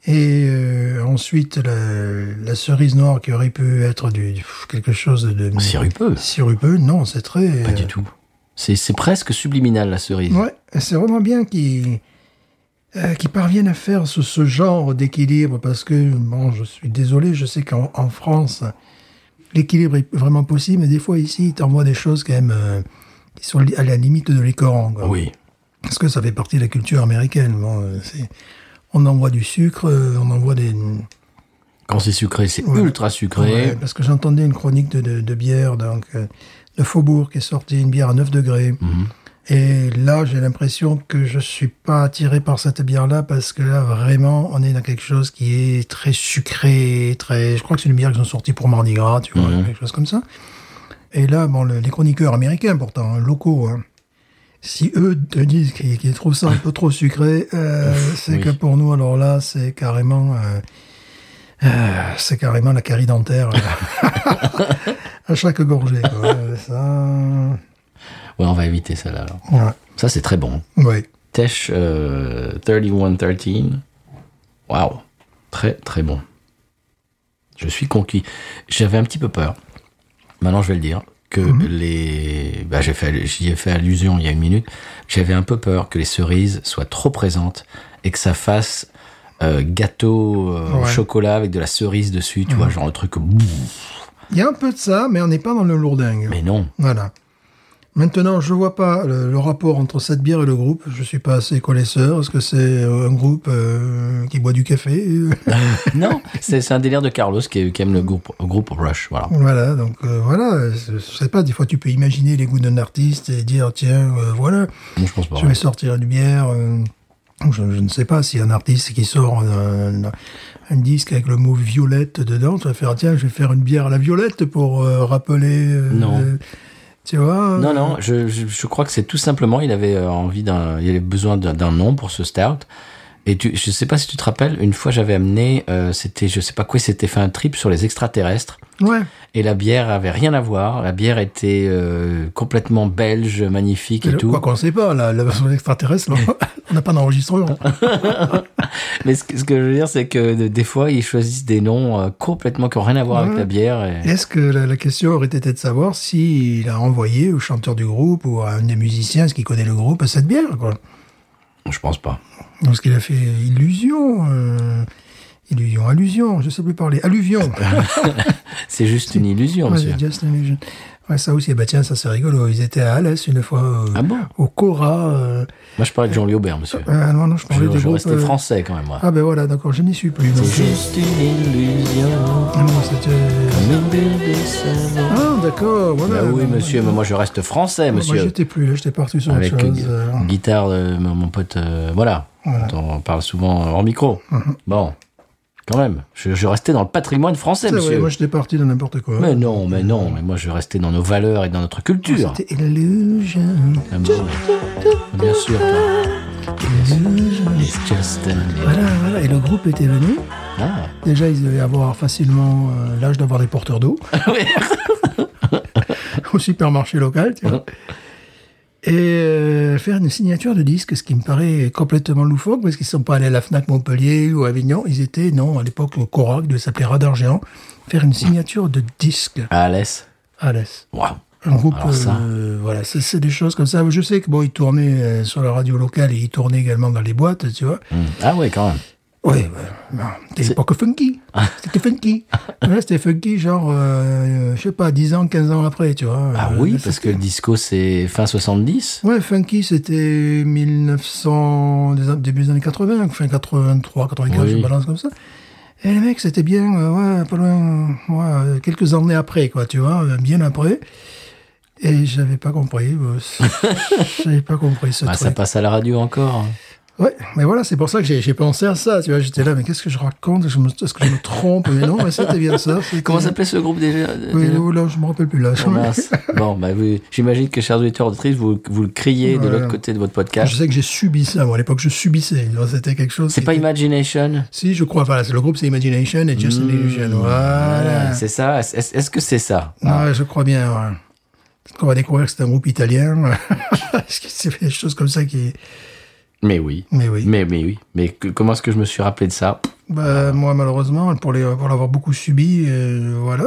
Et euh, ensuite la, la cerise noire qui aurait pu être du, du- quelque chose de Sirupeux. Sirupeux, non, c'est très Pas du tout. C'est c'est presque subliminal la cerise. Euh, Ouais, c'est vraiment bien qu'ils euh, qu'ils parviennent à faire ce, ce genre d'équilibre parce que, bon, je suis désolé, je sais qu'en en France, l'équilibre est vraiment possible, mais des fois ici, ils t'envoient des choses quand même euh, qui sont li- à la limite de l'écorant. quoi. Oui. Parce que ça fait partie de la culture américaine. Bon, euh, c'est- on envoie du sucre, euh, on envoie des. Quand c'est sucré, c'est Ouais. ultra sucré. Ouais, parce que j'entendais une chronique de, de, de bière, donc euh, de Faubourg, qui est sortie, une bière à 9 degrés. Mhm. Et là, j'ai l'impression que je suis pas attiré par cette bière-là, parce que là, vraiment, on est dans quelque chose qui est très sucré, très. Je crois que c'est une bière qu'ils ont sortie pour Mardi Gras, tu vois, quelque chose comme ça. Et là, bon, le- les chroniqueurs américains, pourtant, hein, locaux, hein, si eux te disent qu'ils qu'ils trouvent ça un peu trop sucré, euh, c'est oui. que pour nous, alors là, c'est carrément, euh, euh, c'est carrément la carie dentaire euh, [LAUGHS] à chaque gorgée. quoi. Euh, ça, Ouais, on va éviter ça là. alors. ouais, Ça, c'est très bon. ouais. Tesh euh, 3113. Waouh. Très, très bon. Je suis conquis. J'avais un petit peu peur. Maintenant, je vais le dire. Que Mhm. les. Bah, j'ai fait, j'y ai fait allusion il y a une minute. J'avais un peu peur que les cerises soient trop présentes et que ça fasse. euh, gâteau euh, au Ouais. Mhm. chocolat avec de la cerise dessus, tu vois, genre le truc. Bouf. Il y a un peu de ça, mais on n'est pas dans le lourdingue. Mais [LAUGHS] non, Voilà. Maintenant, je vois pas le, le rapport entre cette bière et le groupe. Je suis pas assez connaisseur. Est-ce que c'est euh, un groupe euh, qui boit du café [LAUGHS] non, c'est c'est un délire de Carlos qui, qui aime le groupe, groupe Rush, voilà. Voilà, donc euh, voilà, je sais pas, des fois tu peux imaginer les goûts d'un artiste et dire tiens, euh, voilà, Moi, je pense pas. je vais sortir une bière. euh, je, je ne sais pas si un artiste qui sort un, un- un disque avec le mot violette dedans, tu vas faire tiens, je vais faire une bière à la violette pour euh, rappeler. euh, Non. euh, tu vois euh. Non, non, je, je, je crois que c'est tout simplement, il avait euh, envie d'un, il avait besoin d'un d'un nom pour ce start. Et tu, je sais pas si tu te rappelles, une fois j'avais amené, euh, c'était, je sais pas quoi, c'était fait un trip sur les extraterrestres. Ouais, Et la bière avait rien à voir. La bière était euh, complètement belge, magnifique et le- tout. quoi qu'on ne sait pas, la, la version extraterrestre, là, [LAUGHS] on n'a [LAUGHS] pas d'enregistrement. Mais ce, que- ce que je veux dire, c'est que de- des fois, ils choisissent des noms euh, complètement qui ont rien à voir avec Ouais. la bière. et- Est-ce que la, la question aurait été de savoir s'il a envoyé au chanteur du groupe ou à un des musiciens, ce qui connaît le groupe, cette bière quoi Je pense pas. Donc, ce qu'il a fait illusion, euh, illusion, allusion, je sais plus parler, alluvion. C'est juste une illusion, Ouais, Ah, monsieur. just an illusion. Ouais, ça aussi, bah tiens, ça c'est rigolo. Ils étaient à Alès une fois euh, Ah bon au Cora. euh, Moi, je parlais de Jean-Louis Aubert, monsieur. euh, non, non, je parlais Je, du je groupe. restais euh, français quand même, moi. Ah ben voilà, d'accord, je n'y suis plus. donc. C'est juste une illusion. Ah non, c'était- Ah d'accord, voilà. Bah oui, Non, monsieur, mais moi je reste français, Moi, monsieur. Oh, bah, j'étais plus là, j'étais parti sur Avec autre chose. gu- euh, guitare, euh, mon mon pote, euh, voilà. Dont On parle souvent euh, hors micro. Mhm. Bon, quand même, je, je restais dans le patrimoine français, c'est vrai, monsieur. moi, j'étais parti dans n'importe quoi. Mais non, mais non, mais moi je restais dans nos valeurs et dans notre culture. C'était illusion. Ah bon. Bien sûr, toi. It's just a little- Voilà, voilà. Et le groupe était venu. Ah. Déjà, ils devaient avoir facilement euh, l'âge d'avoir des porteurs d'eau Ah Oui. [LAUGHS] au supermarché local, tu vois. Et euh, faire une signature de disque, ce qui me paraît complètement loufoque, parce qu'ils sont pas allés à la FNAC Montpellier ou Avignon, ils étaient, non, à l'époque, au Corac, de s'appeler Radar Géant, faire une signature de disque À Alès. à Alès. Waouh. Un groupe, Alors ça. euh, voilà, c'est c'est des choses comme ça. Je sais que bon, ils tournaient euh, sur la radio locale et ils tournaient également dans les boîtes, tu vois. Hmm. Ah ouais, quand même. Oui, ouais, non, c'était l'époque funky. [LAUGHS] C'était funky. Ouais, c'était funky, genre, euh, je sais pas, 10 ans, 15 ans après, tu vois. Ah Euh, oui, c'était- parce que le disco c'est fin 70. Ouais, funky, c'était 1900, des an- début des années 80, fin 83, 84, Oui. je balance comme ça. Et les mecs, c'était bien, euh, ouais, pas loin, ouais, euh, quelques années après, quoi, tu vois, euh, bien après. Et j'avais pas compris. euh, [LAUGHS] j'avais pas compris ce Ah, ça truc. passe à la radio encore. Ouais, mais voilà, c'est pour ça que j'ai j'ai pensé à ça. Tu vois, j'étais là, mais qu'est-ce que je raconte Je me- Est-ce que je me trompe Mais non, mais c'était bien ça. c'était- Comment s'appelait ce groupe déjà Oui, déjà là, je me rappelle plus là. Oh, mince. Bon, bah, vous- j'imagine que, chers auditeurs auditrices, vous, vous le criez de Voilà. l'autre côté de votre Je podcast. sais que j'ai subi ça. Moi, à l'époque, je subissais. Alors, C'était quelque chose. C'est qui pas était- Imagination Si, je crois. Voilà, c'est- le groupe, c'est Imagination et Just an Illusion. Hmm, Voilà. C'est ça Est-ce est-ce que c'est ça Ah. Ouais, je crois bien. ouais. Peut-être qu'on va découvrir que c'est un groupe italien. [LAUGHS] Parce que c'est des choses comme ça qui. Mais oui. Mais oui. Mais, mais oui. Mais que- comment est-ce que je me suis rappelé de ça Bah, moi, malheureusement, pour les- pour l'avoir beaucoup subi, euh, voilà.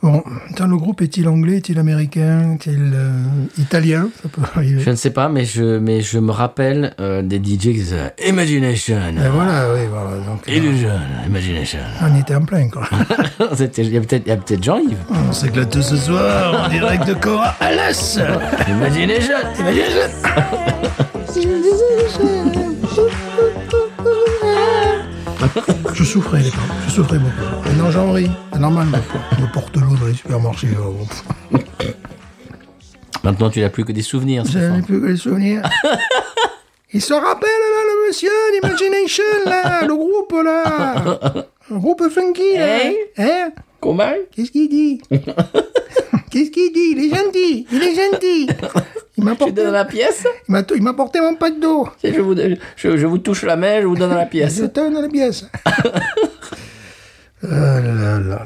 Bon, attends, le groupe est-il anglais, est-il américain, est-il euh, italien Ça peut arriver. Je ne sais pas, mais je, mais je me rappelle euh, des DJ qui disaient Imagination, Et Ben voilà, oui, voilà. Donc, euh, Illusion, Imagination. [LAUGHS] on était en plein, quoi. C'était- Il y a peut-être il y a peut-être Jean-Yves. [LAUGHS] on s'éclate ce soir, en direct de Cora Alas Imagination, Imagination. Je souffrais, les parents, je souffrais beaucoup. Maintenant, j'en ris, c'est normal. Je me porte l'eau dans les supermarchés. oh, bon. Maintenant, tu n'as plus que des souvenirs. ce J'en ai soir. plus que les souvenirs. [LAUGHS] Il se rappelle, là, le monsieur d'Imagination, là, le groupe, là. Le groupe funky, là. Hein Hein Comment Qu'est-ce qu'il [LAUGHS] dit Qu'est-ce qu'il dit Il est gentil, il est gentil. Il m'a Je porté, donne la pièce il m'a- il m'a porté mon pas de dos. Si je vous, je, je vous touche la main, je vous donne la [LAUGHS] pièce. Je donne la pièce. Ah là là là.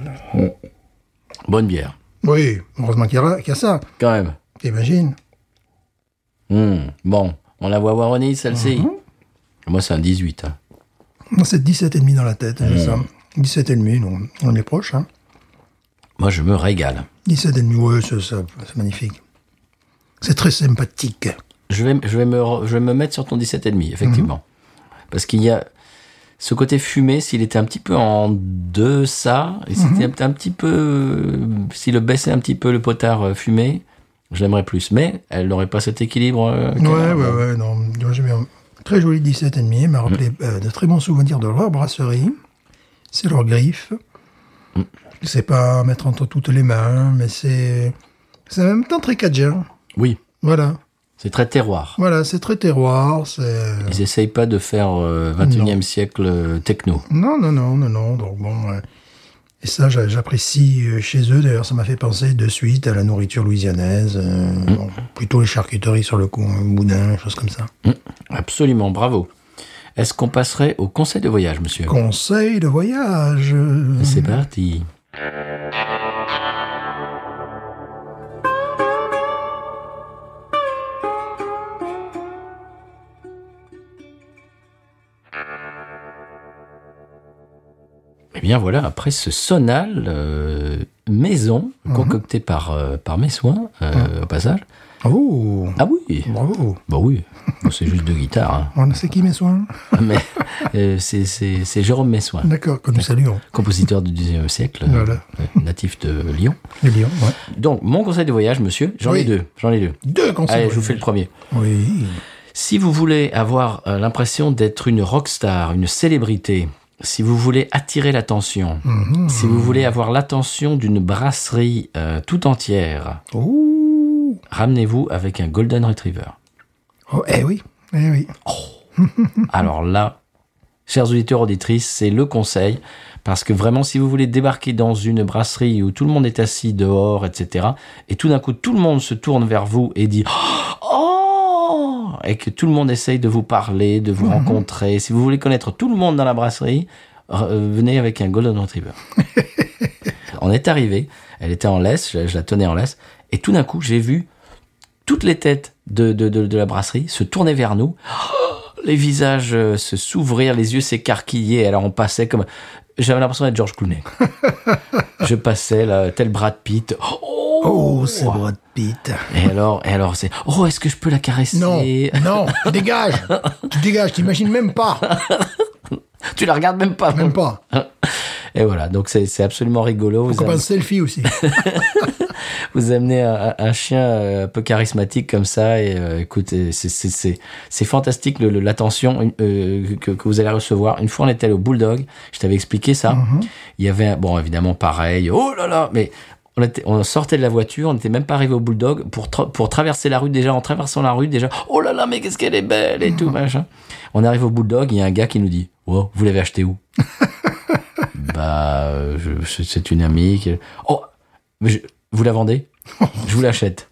Bonne bière, Oui, heureusement qu'il y, a- qu'il y a ça. quand même. T'imagines Hmm, Bon, on la voit Waroni, celle-ci. Mhm. Moi, c'est un 18. hein. Non, C'est 17,5 dans la tête, je sens. 17,5, donc on est proche. Hein. Moi, je me régale. 17,5, ouais, c'est ça, c'est magnifique. C'est très sympathique. Je vais, je, vais me, re- je vais me mettre sur ton 17,5, effectivement. Mhm. Parce qu'il y a ce côté fumé, s'il était un petit peu en deçà, et Mhm. c'était un, un petit peu. S'il le baissait un petit peu le potard euh, fumé, je l'aimerais plus. Mais elle n'aurait pas cet équilibre. euh, qu'elle Ouais, a. ouais, ouais, non, moi, j'aime bien. Très joli 17,5, il m'a rappelé euh, de très bons souvenirs de leur brasserie. C'est leur griffe. C'est pas à mettre entre toutes les mains, mais c'est. C'est en même temps très cadien. Oui, Voilà. c'est très terroir. Voilà, c'est très terroir, c'est. Ils n'essayent pas de faire euh, 21e siècle euh, techno. Non, non, non, non, non. Donc bon, euh, et ça, j'a- j'apprécie euh, chez eux. D'ailleurs, ça m'a fait penser de suite à la nourriture louisianaise, euh, bon, plutôt les charcuteries sur le coup, hein, boudin, choses comme ça. Absolument, bravo. Est-ce qu'on passerait au conseil de voyage, monsieur Conseil de voyage. C'est parti. Eh bien voilà, après ce sonal euh, maison concocté par, euh, par mes soins, euh, au passage. Oh, Ah oui bravo. Bah oui, Bon, c'est juste deux guitares. hein. [LAUGHS] On sait qui mes soins. Mais euh, c'est- c'est c'est Jérôme Messoin, D'accord, que nous saluons. compositeur du 19e siècle, euh, Voilà. euh, natif de Lyon. Les lions, Eh ouais. Donc, mon conseil de voyage, monsieur, j'en ai Oui. deux. J'en ai deux. Deux conseils. Allez, de je vous fais le premier. voyage. Oui. Si vous voulez avoir euh, l'impression d'être une rockstar, une célébrité, si vous voulez attirer l'attention, Mhm. si vous voulez avoir l'attention d'une brasserie euh, tout entière, Ouh. ramenez-vous avec un Golden Retriever. Oh, eh oui, eh oui. Alors là, chers auditeurs, auditrices, c'est le conseil. Parce que vraiment, si vous voulez débarquer dans une brasserie où tout le monde est assis dehors, etc., et tout d'un coup, tout le monde se tourne vers vous et dit Oh Et que tout le monde essaye de vous parler, de vous rencontrer. Si vous voulez connaître tout le monde dans la brasserie, re- euh, venez avec un Golden Retriever. On est arrivé, elle était en laisse, je, je la tenais en laisse, et tout d'un coup, j'ai vu toutes les têtes de, de- de- de la brasserie se tourner vers nous [GASPS] les visages euh, se s'ouvrir, les yeux s'écarquiller. Alors on passait comme. J'avais l'impression d'être George Clooney. je passais là, tel Brad Pitt. Oh, Oh, c'est Brad Pitt. Et alors, et alors c'est. Oh, est-ce que je peux la caresser Non, non, tu dégages. Tu dégages, t'imagines même pas. Tu la regardes même pas. Même pas. Et voilà, donc c'est c'est absolument rigolo. Vous, Comme un am- selfie aussi. vous amenez un, un chien euh, un peu charismatique comme ça. Et euh, écoutez, c'est- c'est- c'est c'est fantastique le- le- l'attention une- euh, que, que vous allez recevoir. Une fois, on était allé au Bulldog. Je t'avais expliqué ça. Il y avait, un- bon, évidemment, pareil. Oh là là, mais On, était- on sortait de la voiture, on n'était même pas arrivé au Bulldog pour, tra- pour traverser la rue. Déjà, en traversant la rue, déjà, oh là là, mais qu'est-ce qu'elle est belle et tout, machin. On arrive au Bulldog, il y a un gars qui nous dit, wow, vous l'avez acheté où Bah, euh, je- c'est- c'est une amie. qui- Oh, mais je- vous la [LAUGHS] vendez Je vous l'achète.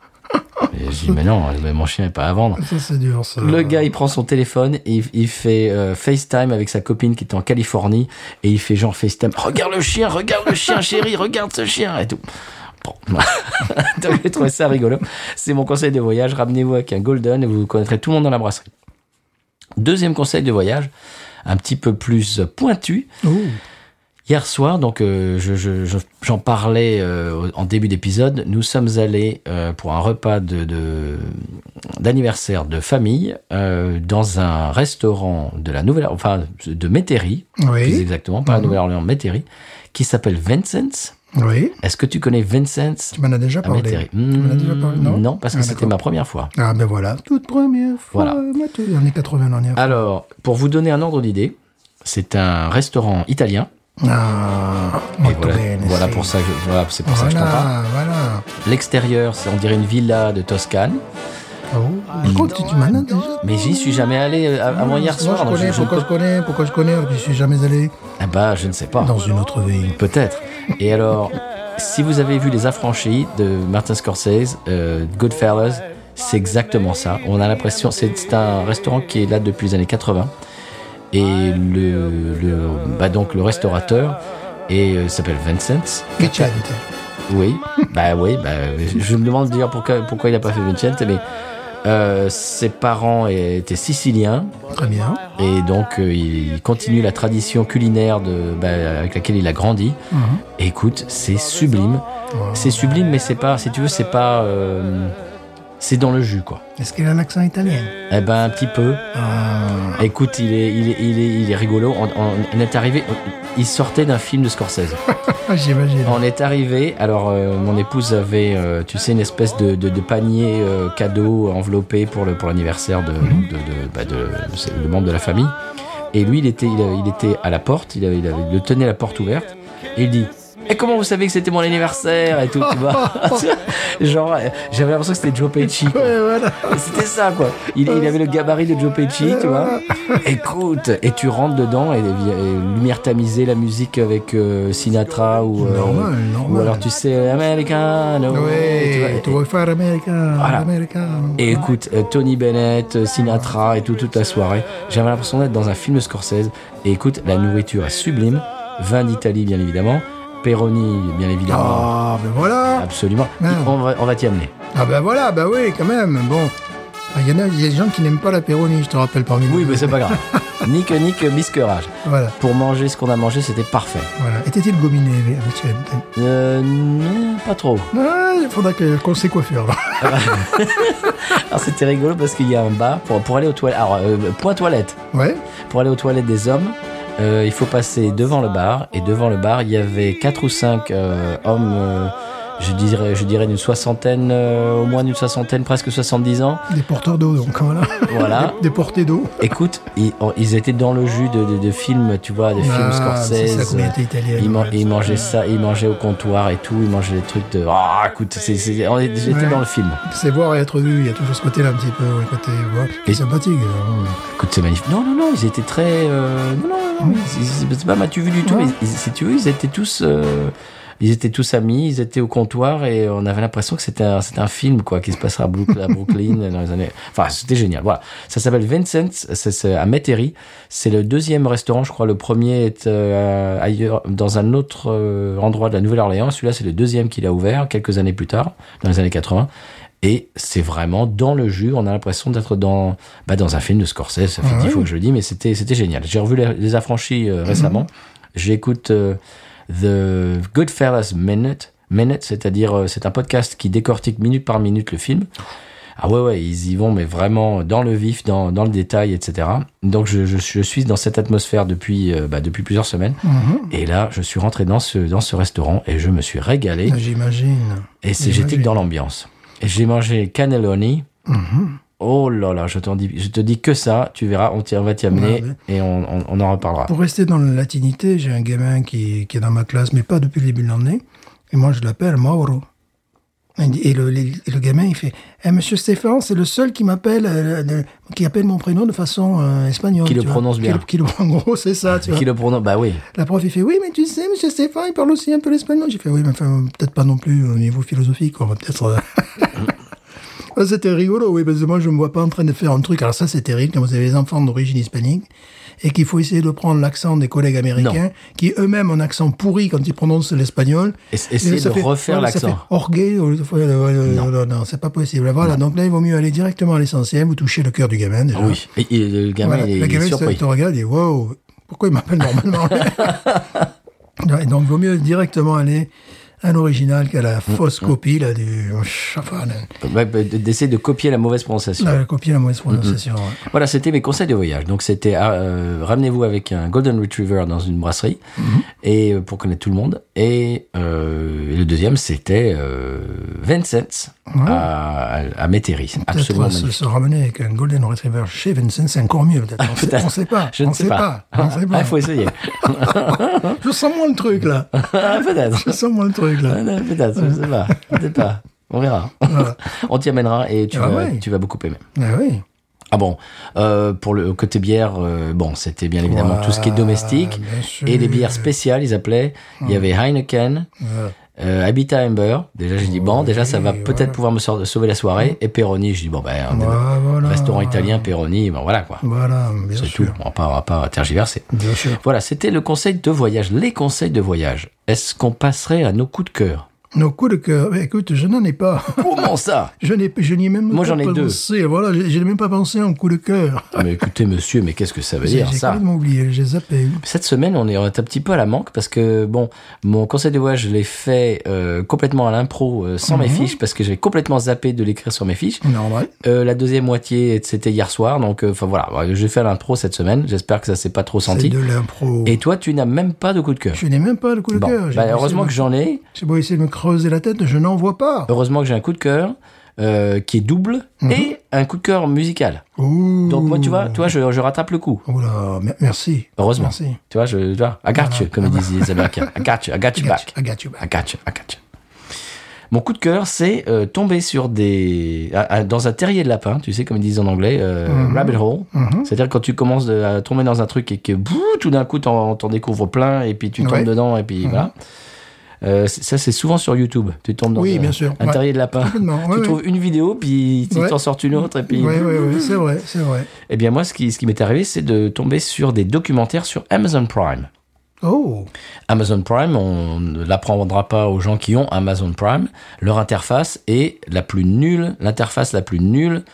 Et je dis, mais non, mais mon chien n'est pas à vendre. Ça, c'est dur, ça. Le gars, il prend son téléphone, et il, il fait euh, FaceTime avec sa copine qui est en Californie, et il fait genre FaceTime. Regarde le chien, regarde le chien, chérie, regarde ce chien, et tout. Bon. [LAUGHS] Donc, j'ai trouvé ça rigolo. C'est mon conseil de voyage. Ramenez-vous avec un Golden et vous connaîtrez tout le monde dans la brasserie. Deuxième conseil de voyage, un petit peu plus pointu. Ouh. Hier soir, donc euh, je- je- je- j'en parlais euh, en début d'épisode, nous sommes allés euh, pour un repas de- de- d'anniversaire de, famille euh, dans un restaurant de la Nouvelle, enfin de Métairie, plus Oui. Mhm. exactement, pas la Nouvelle-Orléans, Métairie, qui s'appelle Vincent's. Oui. Est-ce que tu connais Vincent's Tu m'en as déjà à parlé. Métairie Hmm, Tu m'en as déjà parlé, non Non, parce que Ah, c'était d'accord. ma première fois. Ah, ben voilà. Toute première fois. Voilà. euh, Moi, tout- on est 80 l'année. Ah. Alors, pour vous donner un ordre d'idée, c'est un restaurant italien. Et molto Ah. voilà, bene, voilà sì. pour ça que je, voilà, c'est pour ça que je t'en parle. Voilà, voilà. L'extérieur, c'est on dirait une villa de Toscane, Oh. Par contre, tu- tu m'en as déjà Ah, mais j'y suis jamais allé euh, avant hier Ah, Moi, soir. je donc je- je connais, ne pourquoi je peux- connais, pourquoi je connais, je suis jamais allé Ah bah, je ne sais pas. dans une autre ville. Peut-être. Et alors, si vous avez vu Les Affranchis de Martin Scorsese, euh, Goodfellas, c'est exactement ça. On a l'impression, c'est c'est un restaurant qui est là depuis les années 80. Et le, le- bah donc le restaurateur et euh, s'appelle Vincent. Vicente. Oui, bah oui, bah, je me demande d'ailleurs pourquoi, pourquoi il n'a pas fait Vincent, mais euh, ses parents étaient siciliens Très bien. et donc euh, il continue la tradition culinaire de, bah, avec laquelle il a grandi. Mhm. Et écoute, c'est sublime, Wow. c'est sublime, mais c'est pas, si tu veux, c'est pas, euh, c'est dans le jus quoi. Est-ce qu'il a l'accent italien Eh ben un petit peu. Ah, Écoute, il est, il est, il est, il est rigolo. On, on- on est arrivé, il sortait d'un film de Scorsese. j'imagine. On est arrivé, alors euh, mon épouse avait, euh, tu sais, une espèce de, de- de panier euh, cadeau enveloppé pour le pour l'anniversaire de, de, de- bah, de- c'est le membre de la famille. Et lui, il était, il, avait- il était à la porte, il, avait, il, avait- il tenait la porte ouverte, et il dit. Et comment vous savez que c'était mon anniversaire et tout, tu vois [LAUGHS] Genre, euh, j'avais l'impression que c'était Joe Pesci. quoi. Ouais, voilà. C'était ça, quoi. Il, il avait le gabarit de Joe Pesci, tu vois. Écoute, et tu rentres dedans, et, et lumière tamisée, la musique avec euh, Sinatra ou. euh, Normal, normal. Ou alors, tu sais, Americano. tu vois, Ouais, et- tu vas faire américain, Voilà. américain. et écoute, euh, Tony Bennett, euh, Sinatra et tout, toute la soirée. J'avais l'impression d'être dans un film de Scorsese. Et écoute, la nourriture est sublime. Vin d'Italie, bien évidemment. Peroni, bien évidemment. Ah, ben voilà. Absolument. Merde. On va, on va t'y amener. Ah, ben voilà, ben oui, quand même. Bon. Ah, Il y en a, il y a des gens qui n'aiment pas la péroni, je te rappelle parmi nous. Oui, mais c'est pas grave. Nick, Nick, bisquerage. Voilà, Pour manger ce qu'on a mangé, c'était parfait. voilà. Était-il gominé, Vicente Euh, non, pas trop. Ah, il faudra que- qu'on sait quoi faire. là. Alors, c'était rigolo parce qu'il y a un bar pour, pour aller aux toilettes. Alors, euh, point toilette. Ouais, Pour aller aux toilettes des hommes, euh, il faut passer devant le bar. Et devant le bar, il y avait quatre ou cinq euh, hommes, euh, je dirais, je dirais d'une soixantaine, euh, au moins d'une soixantaine, presque 70 [LAUGHS] ans. des porteurs d'eau, donc voilà. Voilà. Des, des portées d'eau. Écoute, ils, oh, ils étaient dans le jus de, de- de films, tu vois, des films Ah, c'est ça Scorsese. euh, qu'on était italien. Ils, man- ils mangeaient ça, ils mangeaient au comptoir et tout, ils mangeaient des trucs de. Ah, écoute, c'est- c'est- on est- j'étais Ouais. dans le film. C'est voir et être vu, il y a toujours ce côté-là un petit peu, le côté ouais, Et- c'est sympathique. hein. Écoute, c'est magnifique. Non, non, non, ils étaient très. euh, non, non, non, non, ils- ils- c'est pas m'as-tu vu du tout, Ouais. mais ils- si tu veux, ils étaient tous. euh, ils étaient tous amis, ils étaient au comptoir et on avait l'impression que c'était un, c'était un film quoi qui se passera à, Brook- à Brooklyn [LAUGHS] dans les années. Enfin, c'était génial. Voilà, ça s'appelle Vincent's, c'est c'est à Metairie. C'est le deuxième restaurant, je crois. Le premier est euh, ailleurs, dans un autre euh, endroit de la Nouvelle-Orléans. Celui-là, c'est le deuxième qu'il a ouvert quelques années plus tard, dans les années 80. Et c'est vraiment dans le jus. On a l'impression d'être dans, bah, dans un film de Scorsese. Ça fait Ah dix ouais. fois que je le dis, mais c'était, c'était génial. J'ai revu les, les affranchis euh, récemment. Mm-hmm. J'écoute euh, The Goodfellas Minute. Minute, c'est-à-dire, euh, c'est un podcast qui décortique minute par minute le film. Ah ouais, ouais, ils y vont, mais vraiment dans le vif, dans, dans le détail, etc. Donc je, je, suis- je suis dans cette atmosphère depuis, euh, bah, depuis plusieurs semaines. Mhm. Et là, je suis rentré dans ce, dans ce restaurant et je me suis régalé. Ah, J'imagine. Et c'est- j'étais j'imagine. dans l'ambiance. Et j'ai mangé cannelloni. Mhm. Oh là là, je, t'en dis, je te dis que ça, tu verras, on, t'y- on va t'y amener Ouais, et on, on, on en reparlera. Pour rester dans la latinité, j'ai un gamin qui, qui est dans ma classe, mais pas depuis le début de l'année. Puis moi, je l'appelle Mauro. Et, il dit- et le, le- le gamin, il fait Eh, Monsieur Stéphane, c'est le seul qui m'appelle, euh, de- qui appelle mon prénom de façon euh, espagnole. Qui le tu vois. prononce Qui bien. le- qui le- [LAUGHS] en gros, c'est ça. [LAUGHS] Tu vois. Qui le prononce Bah oui. La prof, il fait Oui, mais tu sais, Monsieur Stéphane, il parle aussi un peu l'espagnol. J'ai fait Oui, mais enfin, peut-être pas non plus au niveau philosophique. On va [LAUGHS] peut-être. euh, Ah, C'était rigolo, oui, parce que moi je me vois pas en train de faire un truc. Alors ça c'est terrible quand vous avez des enfants d'origine hispanique et qu'il faut essayer de prendre l'accent des collègues américains qui eux-mêmes ont un accent pourri quand ils prononcent l'espagnol. Et- essayer ça de refaire voilà, ça l'accent. fait orgué au lieu de- voilà, voilà, Non, euh, non, c'est pas possible. Voilà, donc là il vaut mieux aller directement à l'essentiel, vous touchez le cœur du gamin déjà. Oui. Et, et le gamin, Ah. Voilà, il est, le il est gamin surpris. te, te regarde et dit Wow, pourquoi il m'appelle normalement [LAUGHS] Ouais, Donc, vaut mieux directement aller à l'original qu'à Mm, la fausse copie là, du. Enfin, la, Ouais, bah, D'essayer de copier la mauvaise prononciation. la copie à la mauvaise Mm, prononciation. ouais. Voilà, c'était mes conseils de voyage. Donc c'était euh, ramenez-vous avec un golden retriever dans une brasserie Mhm. et euh, pour connaître tout le monde. Et, euh, et le deuxième c'était euh, Vincent à, à, à Métairie. Absolument Peut-être se, magnifique. Ah, se ramener avec un Golden Retriever chez Vincent, c'est encore mieux, peut-être. [LAUGHS] On sait- On ne sait pas. Je on ne sais pas. On sait pas. Ah, faut [LAUGHS] essayer. Je sens moins le truc, [LAUGHS] là. Ah, peut-être. Je sens moins le truc, là. Ah, Peut-être. Je sais pas. Je sais pas. On verra. Voilà. [LAUGHS] On t'y amènera et tu, Ah vas, ouais. tu vas beaucoup aimer. Ah oui. Ah bon, euh, pour le côté bière, euh, bon, c'était bien évidemment tout ce qui est domestique. bien sûr. Et les bières spéciales, ils appelaient. Il y avait Heineken, Voilà. euh, Habitat Amber. Déjà, j'ai dit, bon, déjà, ça va voilà. peut-être pouvoir me sor- sauver la soirée. Et Peroni, je dis, bon, ben, un Voilà, voilà. restaurant italien, Peroni, bon, voilà quoi. Voilà, bien C'est tout, sûr. on va pas, on va pas tergiverser. Bien sûr. Voilà, c'était le conseil de voyage, les conseils de voyage. Est-ce qu'on passerait à nos coups de cœur Nos coups de cœur. Mais écoute, je n'en ai pas. [LAUGHS] Comment ça Je n'ai, je n'y ai même Moi, pas j'en ai deux. pensé. Voilà, je je n'ai même pas pensé en coup de cœur. Ah, Mais écoutez, monsieur, mais qu'est-ce que ça veut J'ai dire, j'ai ça complètement oublié, j'ai zappé. Cette semaine, on est on est un petit peu à la manque parce que, bon, mon conseil de voyage, je l'ai fait euh, complètement à l'impro, euh, sans mes Mhm. fiches, parce que j'ai complètement zappé de l'écrire sur mes fiches. Normal. Euh, la deuxième moitié, c'était hier soir, donc euh, enfin voilà, ouais, j'ai fait l'impro cette semaine, j'espère que ça s'est pas trop C'est senti. de l'impro. Et toi, tu n'as même pas de coup de cœur. Je n'ai même pas de coup de Bon, cœur. J'ai bah, beau heureusement essayer que de- j'en ai, J'ai beau essayer de me creuser la tête, je n'en vois pas. heureusement que j'ai un coup de cœur euh, qui est double et un coup de cœur musical. Mhm. Ouh. Donc moi, tu vois, tu vois, je, je rattrape le coup. Oh là, me- merci. Heureusement. Merci. Tu vois, je, tu vois, I got Ah, you, comme ils disent les Américains. I got you, I got I you got back. you, I got you back. I got you, I got you. ah, Mon coup de cœur, c'est euh, tomber sur des. à- à- dans un terrier de lapin, tu sais, comme ils disent en anglais, euh, Mhm. rabbit hole. C'est-à-dire quand tu commences de- à tomber dans un truc et que bouh, tout d'un coup, t'en t'en découvres plein et puis tu tombes Ouais. Mhm. dedans et puis voilà. Euh, c- ça, c'est souvent sur YouTube. Tu tombes dans Oui, un, bien sûr. un Ouais. terrier de lapin. Complètement, ouais, [LAUGHS] tu ouais. trouves une vidéo, puis tu Ouais. t'en sortes une autre, et puis. Oui, oui, [LAUGHS] oui, c'est vrai, c'est vrai. Eh bien, moi, ce qui, ce qui m'est arrivé, c'est de tomber sur des documentaires sur Amazon Prime. Oh, Amazon Prime, on ne l'apprendra pas aux gens qui ont Amazon Prime. Leur interface est la plus nulle, l'interface la plus nulle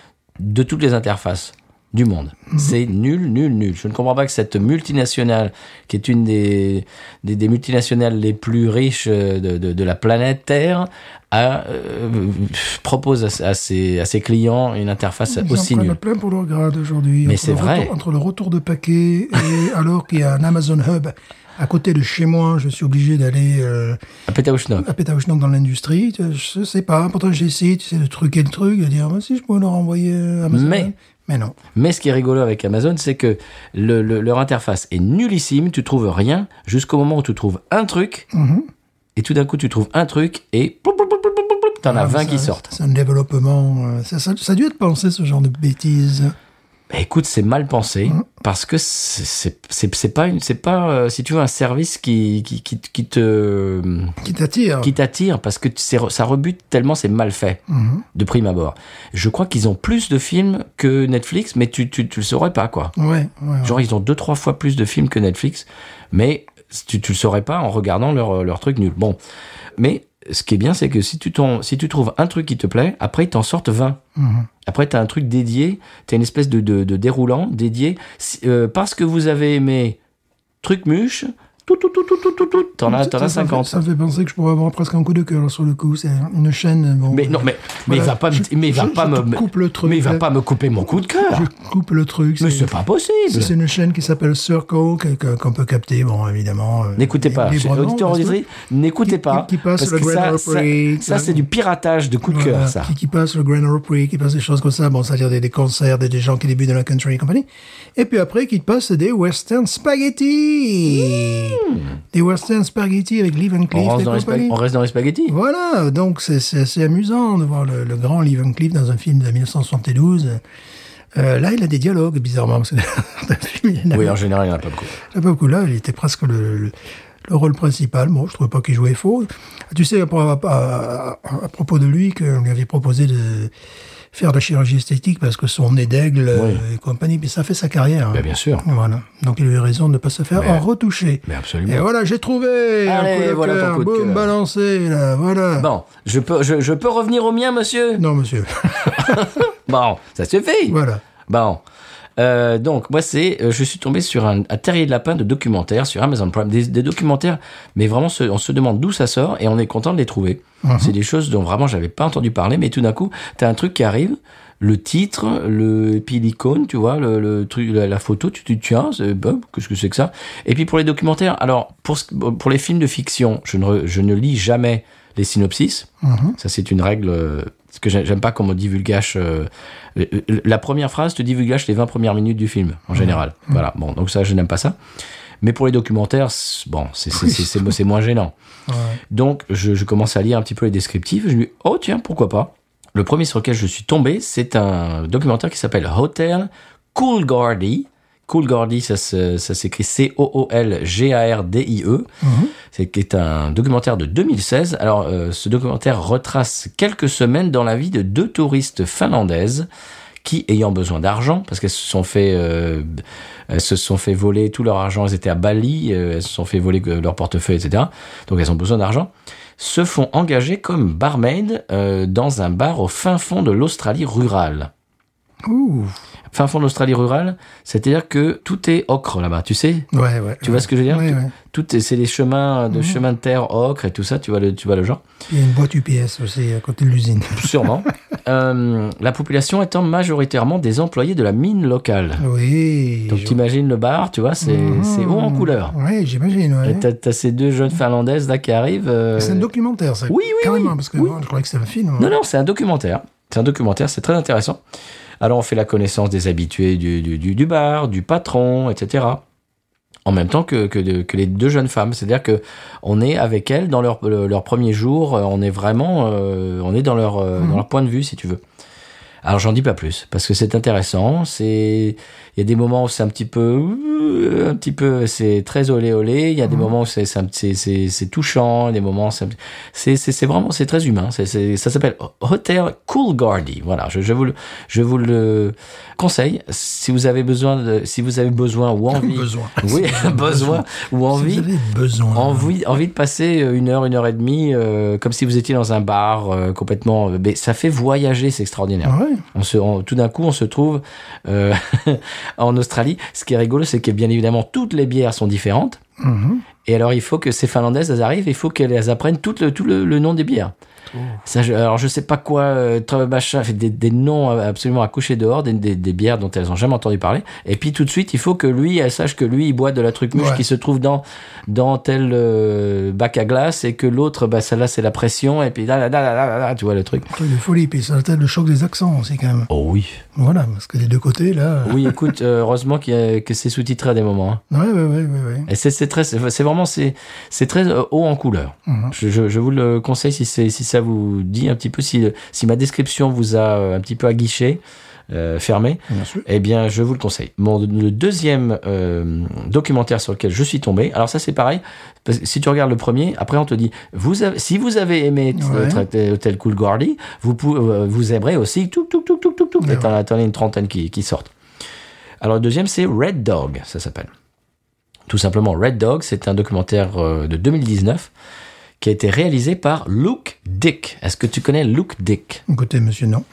de toutes les interfaces du monde. Mhm. C'est nul, nul, nul. Je ne comprends pas que cette multinationale, qui est une des, des, des multinationales les plus riches euh, de, de- de la planète Terre, a, euh, propose à, à ses, à ses clients une interface ils aussi en prennent nulle. plein pour leur grade aujourd'hui. Mais Entre c'est le vrai. retour- entre le retour de paquet et [LAUGHS] alors qu'il y a un Amazon Hub à côté de chez moi, je suis obligé d'aller euh, Un pétard au schnock. à Pétaouchnok dans l'industrie. tu- Je sais pas. Pourtant, j'ai essayé tu sais, de truquer le truc, de dire Ah, si je pouvais leur envoyer euh, Amazon. Mais- mais non. Mais ce qui est rigolo avec Amazon, c'est que le- le- leur interface est nullissime, tu trouves rien, jusqu'au moment où tu trouves un truc, et tout d'un coup tu trouves un truc, et plou, plou, plou, plou, plou, plou, plou, t'en as 20 qui Ah Ça- sortent. C'est un développement. euh, Ça, ça, ça a dû être pensé, ce genre de bêtises. Bah, écoute, c'est mal pensé, parce que c'est- c'est c'est- c'est pas, une, c'est pas euh, si tu veux, un service qui, qui, qui, qui te... Qui t'attire. qui t'attire parce que c'est re- ça rebute tellement c'est mal fait Mhm. de prime abord. Je crois qu'ils ont plus de films que Netflix, mais tu, tu, tu le saurais pas quoi. Ouais, ouais, ouais. Genre, ils ont deux, trois fois plus de films que Netflix, mais tu, tu le saurais pas en regardant leur, euh, leur truc nul. Bon. Mais ce qui est bien, c'est que si tu, t'en- si tu trouves un truc qui te plaît, après, ils t'en sortent 20. Mhm. Après, tu as un truc dédié, tu as une espèce de, de, de déroulant dédié. Si- euh, parce que vous avez aimé Truc Muche, tout, tout, tout, tout, tout, tout, tout, t'en as, Ça- t'en as ça me fait- 50. Ça me fait penser que je pourrais avoir presque un coup de cœur sur le coup. C'est une chaîne. Bon, Mais non, mais, mais Voilà, il va pas, me- je- mais il va je- pas je me, te coupe le truc, mais il va là. pas me couper mon coup de cœur. Je coupe le truc. Mais c'est- c'est pas possible. C'est une chaîne qui s'appelle Circle, que- que- qu'on peut capter, bon, évidemment. euh, N'écoutez pas, librement, auditeur parce que- auditrice, n'écoutez qui- pas. qui passe parce le que Grand ça, Ole ça, Opry, ça, euh, c'est du piratage de coup de cœur, Voilà, ça. Qui, qui passe le Grand Ole Prix, qui passe des choses comme ça, bon, c'est-à-dire des, des concerts, des, des gens qui débutent dans la country et compagnie. Et puis après, qui passe des western spaghetti. des western spaghetti avec Live and Mmh. On Cliff reste, et dans les compagnie. spag- on reste dans les spaghettis. Voilà, donc c'est- c'est assez amusant de voir le, le grand Lee Van Cleef dans un film de 1972. Euh, là, il a des dialogues, bizarrement, parce que [LAUGHS] dans un film, il y en a Oui, en général, il n'y en a pas beaucoup. pas beaucoup. Là, Ah ben, il était presque le, le- le rôle principal. Bon, je trouvais pas qu'il jouait faux. Tu sais, à, pro- à- à- à propos de lui, qu'on lui avait proposé de faire de la chirurgie esthétique parce que son nez d'aigle Oui. euh, et compagnie, puis ça fait sa carrière. Ben, bien sûr. Voilà. Donc, il a eu raison de ne pas se faire Mais- en retoucher. mais absolument. Et voilà, j'ai trouvé un Allez, coup de voilà ton cœur. coup de Boum, cœur. balancé, là, voilà. Bon, je peux, je, je peux revenir au mien, monsieur Non, monsieur. [LAUGHS] Bon, ça suffit. voilà. Bon. Euh, donc, moi, c'est, euh, je suis tombé sur un, un terrier de lapin de documentaires sur Amazon Prime. Des, des documentaires, mais vraiment, se- on se demande d'où ça sort et on est content de les trouver. C'est des choses dont vraiment j'avais pas entendu parler, mais tout d'un coup, t'as un truc qui arrive, le titre, le, et puis l'icône, tu vois, le, le truc, la, la photo, tu te dis, tiens, c'est- Bob, qu'est-ce que c'est que ça Et puis pour les documentaires, alors, pour, ce- pour les films de fiction, je ne, re- je ne lis jamais les synopsis. Mhm. Ça, c'est une règle euh, ce que j'ai- j'aime pas comme on divulgage. euh, euh, la première phrase te divulgage les 20 premières minutes du film, en général. Voilà, bon, donc ça, je n'aime pas ça. Mais pour les documentaires, c'est- bon, c'est c'est- c'est- c'est mo- c'est moins gênant. Ouais. Donc, je, je commence à lire un petit peu les descriptifs. Je me dis, oh tiens, pourquoi pas Le premier sur lequel je suis tombé, c'est un documentaire qui s'appelle Hotel Coolgardie. Coolgardie, ça se- ça s'écrit C-O-O-L-G-A-R-D-I-E. E. C'est qui est un documentaire de 2016. Alors, euh, ce documentaire retrace quelques semaines dans la vie de deux touristes finlandaises qui, ayant besoin d'argent, parce qu'elles se sont fait, euh, elles se sont fait voler tout leur argent, elles étaient à Bali, euh, elles se sont fait voler euh, leur portefeuille, etc. Donc, elles ont besoin d'argent. Se font engager comme barmaid euh, dans un bar au fin fond de l'Australie rurale. Ouh. Fin fond de l'Australie rurale, c'est-à-dire que tout est ocre là-bas, tu sais. Ouais, ouais. Tu vois ce que je veux dire Ouais, Mhm. ouais. Tout est- c'est les chemins de chemins de terre ocre et tout ça, tu vois le, tu vois le genre. Il y a une boîte UPS aussi à côté de l'usine. [LAUGHS] Sûrement. Euh, la population étant majoritairement des employés de la mine locale. Oui. Donc t'imagines le bar, tu vois, c'est c'est haut en couleur. Ah. Oui, j'imagine. Mhm. ouais. Et t'as t'as ces deux jeunes finlandaises là qui arrivent. euh, C'est un documentaire, ça. Oui, oui, Carrément, oui. parce que Oui. moi, je croyais que c'était un film. Non, non, c'est un documentaire. C'est un documentaire, c'est très intéressant. Alors, on fait la connaissance des habitués du, du, du- du bar, du patron, etc. En même temps que, que, de- que les deux jeunes femmes. C'est-à-dire que on est avec elles dans leur, le- leur premier jour. euh, On est vraiment euh, on est dans leur, euh, dans leur point de vue, si tu veux. Alors, j'en dis pas plus, parce que c'est intéressant. C'est Il y a des moments où c'est un petit peu. Un petit peu. C'est très olé olé. Il y a des Mmh. moments où c'est- c'est un petit- c'est c'est touchant. Des moments où c'est un petit- c'est, c'est, c'est vraiment, c'est très humain. C'est, c'est- ça s'appelle Hotel Coolgardie. Voilà, je, je, vous le, je vous le conseille. Si vous avez besoin, de, si vous avez besoin ou envie, Besoin. [LAUGHS] [LAUGHS] oui, besoin ou Si envie, vous avez besoin. envie, envie de passer euh, une heure, une heure et demie, euh, comme si vous étiez dans un bar euh, complètement. Mais ça fait voyager, c'est extraordinaire. Ah ouais. On se, on- tout d'un coup, on se trouve euh, [LAUGHS] en Australie. Ce qui est rigolo, c'est que bien évidemment, toutes les bières sont différentes. Mhm. Et alors, il faut que ces Finlandaises, elles arrivent, il faut qu'elles elles apprennent tout le, tout le, le nom des bières. Ça, je- alors, je sais pas quoi, euh, tra- machin, fait des, des noms euh, absolument à coucher dehors, des, des, des bières dont elles ont jamais entendu parler. Et puis, tout de suite, il faut que lui, elle sache que lui, il boit de la trucmuche Ouais. qui se trouve dans, dans tel euh, bac à glace et que l'autre, bah, celle-là, c'est la pression. Et puis, là, là, là, là, là, là, tu vois le truc. Un truc de folie. Puis ça tête le choc des accents aussi, quand même. Oh oui. Voilà, parce que des deux côtés, là. Oui, écoute, euh, heureusement qu'il y a- que c'est sous-titré à des moments. hein. Ouais, ouais, ouais, ouais. ouais. Et c'est c'est très, c'est c'est vraiment, c'est c'est très euh, haut en couleur. Mhm. Je, je- je vous le conseille si c'est si ça vous dit un petit peu si si ma description vous a euh, un petit peu aguiché, euh, fermé. Bien sûr. Eh bien, je vous le conseille. Mon, le deuxième euh, documentaire sur lequel je suis tombé, alors ça c'est pareil, parce que si tu regardes le premier, après on te dit, vous avez, si vous avez aimé t- euh, Ouais. tra- t- Hotel Cool Gordy, vous, pou- euh, vous aimerez aussi tout, tout, tout, tout, tout, tout. Ouais. Et t'en as- t'en as une trentaine qui, qui sortent. Alors le deuxième, c'est Red Dog, ça s'appelle. Tout simplement, Red Dog, c'est un documentaire euh, de 2019 qui a été réalisé par Luke Dick. Est-ce que tu connais Luke Dick Côté monsieur, non.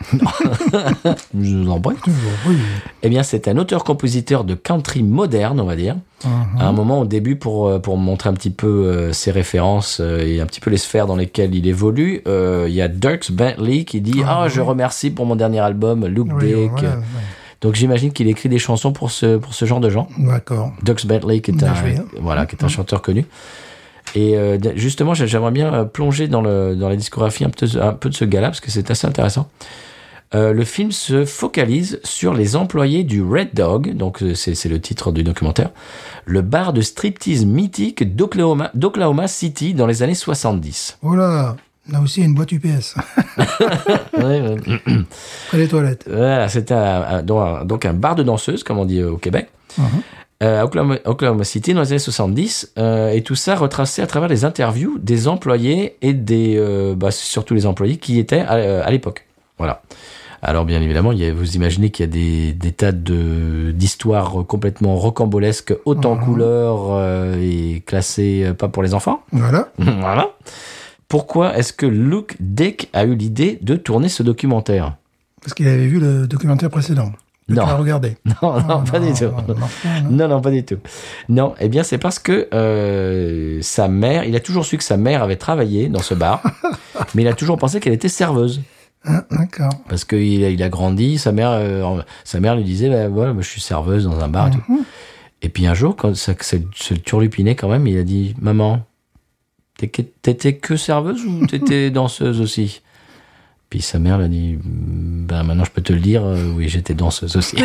Je vous en prie. Toujours, oui. Eh bien, c'est un auteur-compositeur de country moderne, on va dire. Mhm. À un moment, au début, pour, euh, pour montrer un petit peu euh, ses références euh, et un petit peu les sphères dans lesquelles il évolue, euh, il y a Dirks Bentley qui dit « Ah, Ah, je oui. remercie pour mon dernier album, Luke Oui, Dick. voilà, ouais. Donc, j'imagine qu'il écrit des chansons pour ce, pour ce genre de gens. D'accord. Dirks Bentley, qui est, Bien un, joué, hein. voilà, qui est un chanteur connu. Et euh, d- justement, j'ai- j'aimerais bien euh, plonger dans, le, dans la discographie un peu, un peu de ce gars-là, parce que c'est assez intéressant. euh, le film se focalise sur les employés du Red Dog, donc euh, c'est c'est le titre du documentaire, le bar de striptease mythique d'Oklahoma d'Oklahoma City dans les années 70. Oh là Là aussi, il y a une boîte UPS. Ouais, ouais. Près des toilettes. Voilà, c'était un- un- donc un- donc un bar de danseuses, comme on dit euh, au Québec, Mhm. euh, à Oklahoma, Oklahoma City dans les années 70, euh, et tout ça retracé à travers les interviews des employés et des, euh, bah, surtout les employés qui étaient à, euh, à l'époque. Voilà. Alors bien évidemment, il y a- vous imaginez qu'il y a des, des tas de- d'histoires complètement rocambolesques, hautes Mhm. en couleurs euh, et classées euh, pas pour les enfants. [LAUGHS] Voilà. voilà. Pourquoi est-ce que Luke Deck a eu l'idée de tourner ce documentaire [LAUGHS] Parce qu'il avait vu le documentaire précédent. Non. Il a regardé. [LAUGHS] Non, non, pas du tout. Ah, non, non, non. Non, non, pas du tout. Non, eh bien, c'est parce que euh, sa mère, il a toujours su que sa mère avait travaillé dans ce bar, mais il a toujours pensé qu'elle était serveuse. Ah, [LAUGHS] D'accord. Parce qu'il a, il a grandi, sa mère, euh, en- sa mère lui disait, bah, voilà, moi, je suis serveuse dans un bar. et tout. Et puis un jour, quand ça ça- se turlupinait quand même, il a dit, maman, t'es que- t'étais que serveuse ou t'étais danseuse aussi puis sa mère l'a dit, ben maintenant je peux te le dire, euh, oui j'étais danseuse aussi.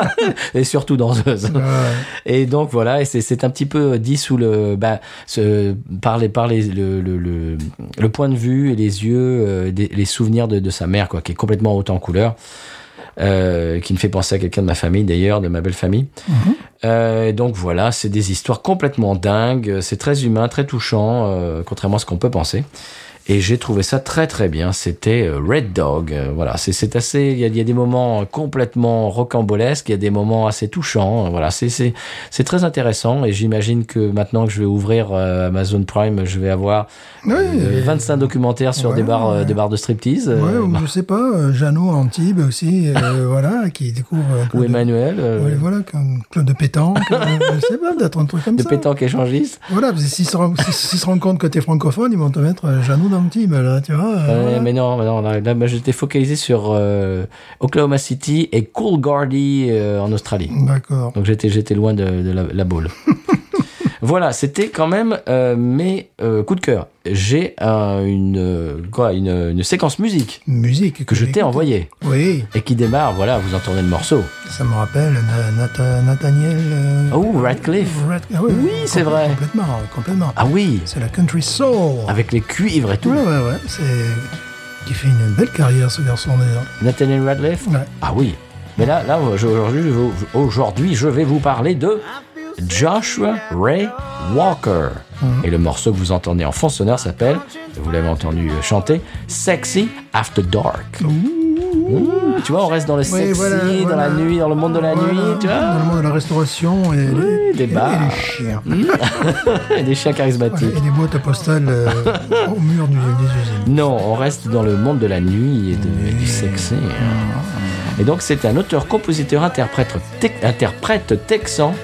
[LAUGHS] et surtout danseuse. Euh, Et donc voilà, et c'est- c'est un petit peu dit sous le, bah, ce, par, les, par les- le, le, le, le point de vue et les yeux, euh, des- les souvenirs de, de sa mère, quoi, qui est complètement haute en couleur, euh, qui me fait penser à quelqu'un de ma famille d'ailleurs, de ma belle famille. Euh, et donc voilà, c'est des histoires complètement dingues, c'est très humain, très touchant, euh, contrairement à ce qu'on peut penser. Et j'ai trouvé ça très très bien. C'était euh, Red Dog. Euh, Voilà, c'est- c'est assez. Il y, a- il y a des moments complètement rocambolesques, il y a des moments assez touchants. Euh, Voilà, c'est c'est c'est très intéressant. Et j'imagine que maintenant que je vais ouvrir euh, Amazon Prime, je vais avoir oui, euh, 25 documentaires sur ouais, des bars, euh, ouais. des bars de striptease. euh, ouais, ou bah, je sais pas, euh, Jeannot Antibes [LAUGHS] aussi, euh, voilà, qui découvre. euh, ou Claude- Emmanuel. euh, Ouais, voilà, comme Claude de Pétanque, [LAUGHS] euh, je sais pas, peut-être un truc comme de ça. pétanque échangiste. Voilà, parce que s'ils se, rend- s'ils- s'ils se rendent compte que t'es francophone, ils vont te mettre euh, Jeannot d'Antibes, là, tu vois. euh, Ouais, voilà. Mais non, mais non, là, là, moi, j'étais focalisé sur euh, Oklahoma City et Coolgardie euh, en Australie. D'accord. Donc j'étais j'étais loin de, de la, la [LAUGHS] boule. voilà, c'était quand même euh, mes euh, coups de cœur. J'ai un- une euh, quoi une, une séquence musique Musique. que je j'ai t'ai écoutée. envoyée Oui, et qui démarre. Voilà, vous entendez le morceau. ça me rappelle Na- Nata- Nathaniel. euh, Oh Radcliffe. Red- ah ouais, Oui, c'est complè- vrai. Complètement, complètement. Ah oui, C'est la country soul. avec les cuivres et tout. Ouais, ouais, ouais. C'est. Qui fait une belle carrière, ce garçon, d'ailleurs. Nathaniel Radcliffe. Ouais. Ah oui. Mais là, là je- aujourd'hui, je vous- aujourd'hui, je vais vous parler de Joshua Ray Walker. Mhm. Et le morceau que vous entendez en fond sonore s'appelle, vous l'avez entendu chanter, Sexy After Dark. Mmh, tu vois, on reste dans le Ouais, sexy, voilà, dans voilà. la nuit, dans le monde de la Voilà, nuit, Ah, tu Dans le vois. monde de la restauration et, les, des et- bars. et les chiens. Et des chiens Voilà, charismatiques. et les boîtes postales [LAUGHS] euh, au mur du- des usines. Non, on reste dans le monde de la nuit et de- et du sexy. Et donc, c'est un auteur, compositeur, interprète, tec- interprète texan,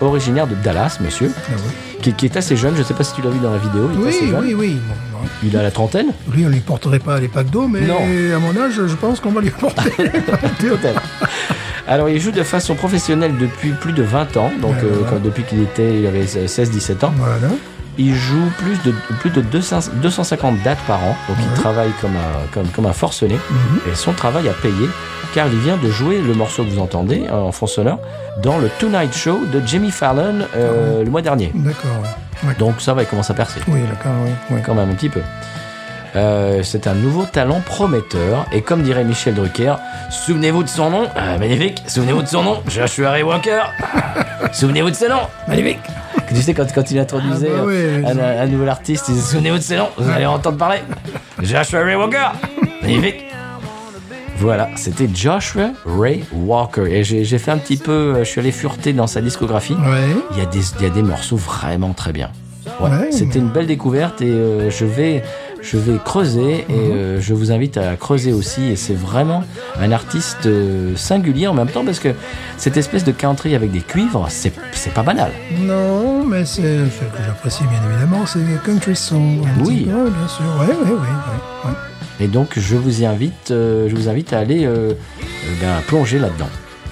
originaire de Dallas, monsieur, Ah oui, qui, qui est assez jeune. Je ne sais pas si tu l'as vu dans la vidéo. Il est assez oui, jeune. oui. oui. Bon, bon. Il a la trentaine Lui, on lui porterait pas les packs d'eau, mais Non. à mon âge, je pense qu'on va lui porter [LAUGHS] les packs d'eau. Peut-être. [LAUGHS] Alors, il joue de façon professionnelle depuis plus de 20 ans, donc Ouais, euh, ouais. quand- depuis qu'il était, il avait 16-17 ans. Voilà. Il joue plus de, plus de 200 250 dates par an, donc il travaille comme un, comme, comme un forcené. Et son travail a payé, car il vient de jouer le morceau que vous entendez euh, en fond sonore dans le Tonight Show de Jimmy Fallon euh, le mois dernier. D'accord. Ouais. Donc ça va, il commence à percer, Oui, d'accord, oui. oui. quand même un petit peu. Euh, c'est un nouveau talent prometteur, et comme dirait Michel Drucker, souvenez-vous de son nom, euh, magnifique, souvenez-vous de son nom, Joshua Ray Walker, souvenez-vous de ce nom, magnifique. Tu sais, quand, quand il introduisait Ah bah euh, ouais. un, un- un nouvel artiste, il disait souvenez-vous de ce nom, vous allez en entendre parler, Joshua Ray Walker, magnifique. Voilà, c'était Joshua Ray Walker. Et j'ai j'ai fait un petit peu, euh, je suis allé fureter dans sa discographie. Ouais. Il y a des, il y a des morceaux vraiment très bien. Ouais, Ouais, C'était une belle découverte et euh, je vais je vais creuser Mhm. et euh, je vous invite à creuser aussi et c'est vraiment un artiste euh, singulier en même temps parce que cette espèce de country avec des cuivres c'est c'est pas banal. Non, mais c'est ce que j'apprécie bien évidemment, c'est les country soul. un Oui. petit peu, bien sûr. Oui, oui, oui. oui, Et donc je vous y invite euh, je vous invite à aller euh, euh, ben, plonger là-dedans.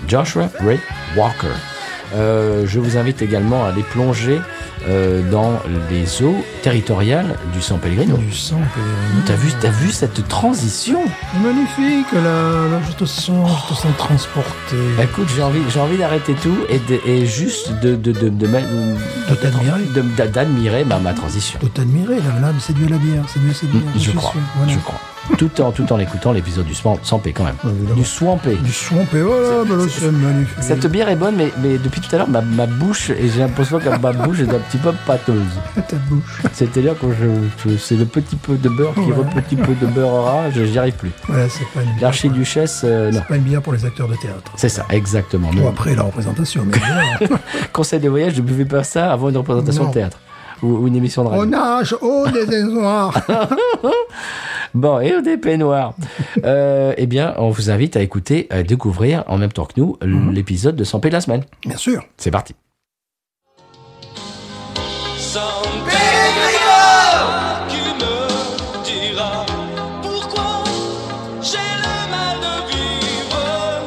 Joshua Ray Walker. Euh, je vous invite également à aller plonger euh, dans les eaux territoriales du San Pellegrino. Du sang. euh, que- T'as vu, t'as vu cette transition Magnifique, là, là, je te Oh. sens, je te sens transporté. Bah, Écoute, j'ai envie, j'ai envie d'arrêter tout et, de- et juste de de de de ma- t'admirer. de- d'a- d'admirer ma, ma transition. Tout admirer, là, là, mais c'est Dieu la bière, c'est Dieu, c'est bière. Mm, Je suis crois, sûr, voilà. je crois. Tout en tout en écoutant l'épisode du Swamp- Swampé quand même, Ouais, évidemment. du Swampé. Euh, Du swampé, oh là, C'est- bah là, c'est- c'est magnifique. Cette bière est bonne, mais, mais depuis tout à l'heure, ma, ma bouche, et j'ai l'impression que ma bouche est un petit peu pâteuse. ta bouche. [LAUGHS] C'est-à-dire que je, je- c'est le petit peu de beurre qui Ouais. le petit peu de beurre aura, je j'y arrive plus. Voilà, c'est pas une bière. L'archiduchesse, euh, non. C'est pas une bière pour les acteurs de théâtre. C'est ça, exactement. Bon, Non. après la représentation, mais [LAUGHS] voilà. Conseil de voyage, ne buvez pas ça avant une représentation Non. Oh de théâtre ou, ou une émission de radio. On nage au désespoir. [LAUGHS] Bon, et au DP [LAUGHS] noir. Euh, eh bien, on vous invite à écouter, à découvrir en même temps que nous Mhm. l'épisode de 100 P de la semaine. Bien sûr. C'est parti. San Pedro qui me dira pourquoi j'ai le mal de vivre.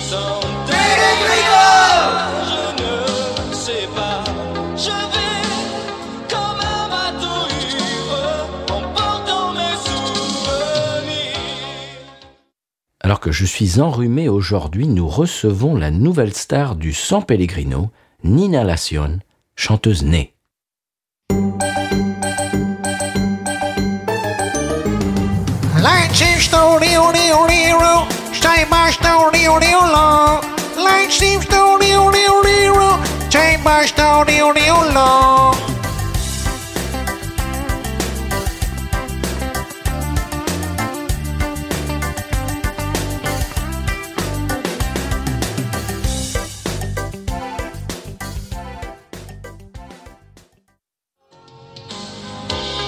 San Pedro, je ne sais pas, je vais comme un bateau ivre en portant mes souvenirs. Alors que je suis enrhumé aujourd'hui, nous recevons la nouvelle star du San Pellegrino, Nina Lacion, chanteuse née. Lightsy Studio Rio Rio Chamber Studio Rio Lo Lightsy Studio Rio Rio Chamber Studio Rio Lo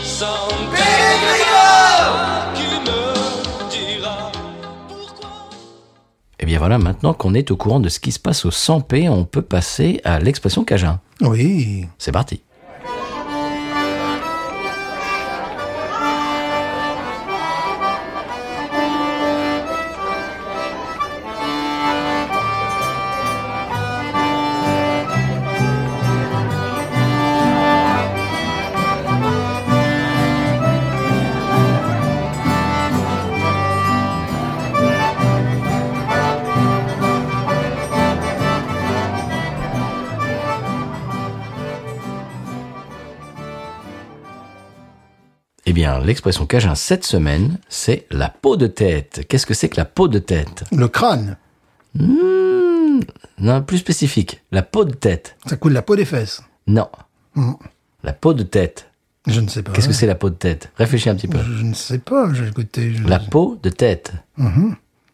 San Pedro qui me dira pourquoi. Eh bien voilà, maintenant qu'on est au courant de ce qui se passe au 100 P, on peut passer à l'expression Cajun. Oui. C'est parti. Eh bien, l'expression Cajun cette semaine, c'est la peau de tête. Qu'est-ce que c'est que la peau de tête Le crâne, Hmm, Non, plus spécifique, la peau de tête. ça coule la peau des fesses. Non, Hmm. la peau de tête. Je ne sais pas. Qu'est-ce que c'est la peau de tête Réfléchis un petit peu. Je je ne sais pas. J'ai écouté. Je... La peau de tête. [LAUGHS]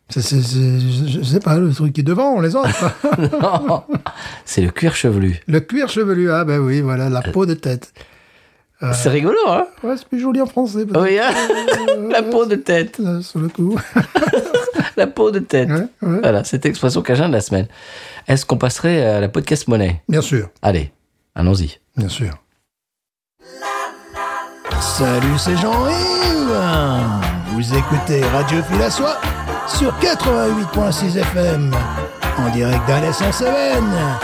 c'est- c'est- c'est- je je sais pas le truc qui est devant les autres. Non, c'est le cuir chevelu. le cuir chevelu. Ah ben oui, voilà la Euh. peau de tête. C'est rigolo, hein Ouais, c'est plus joli en français. peut-être, Oui, hein [LAUGHS] La peau de tête. euh, sur le coup. [LAUGHS] La peau de tête. Ouais, ouais. Voilà, cette expression Cajun de la semaine. Est-ce qu'on passerait à la podcast monnaie bien sûr, Allez, allons-y. bien sûr. Salut, c'est Jean-Yves. Vous écoutez Radio Fil à Soie sur 88.6 FM en direct d'Alès en Cévennes.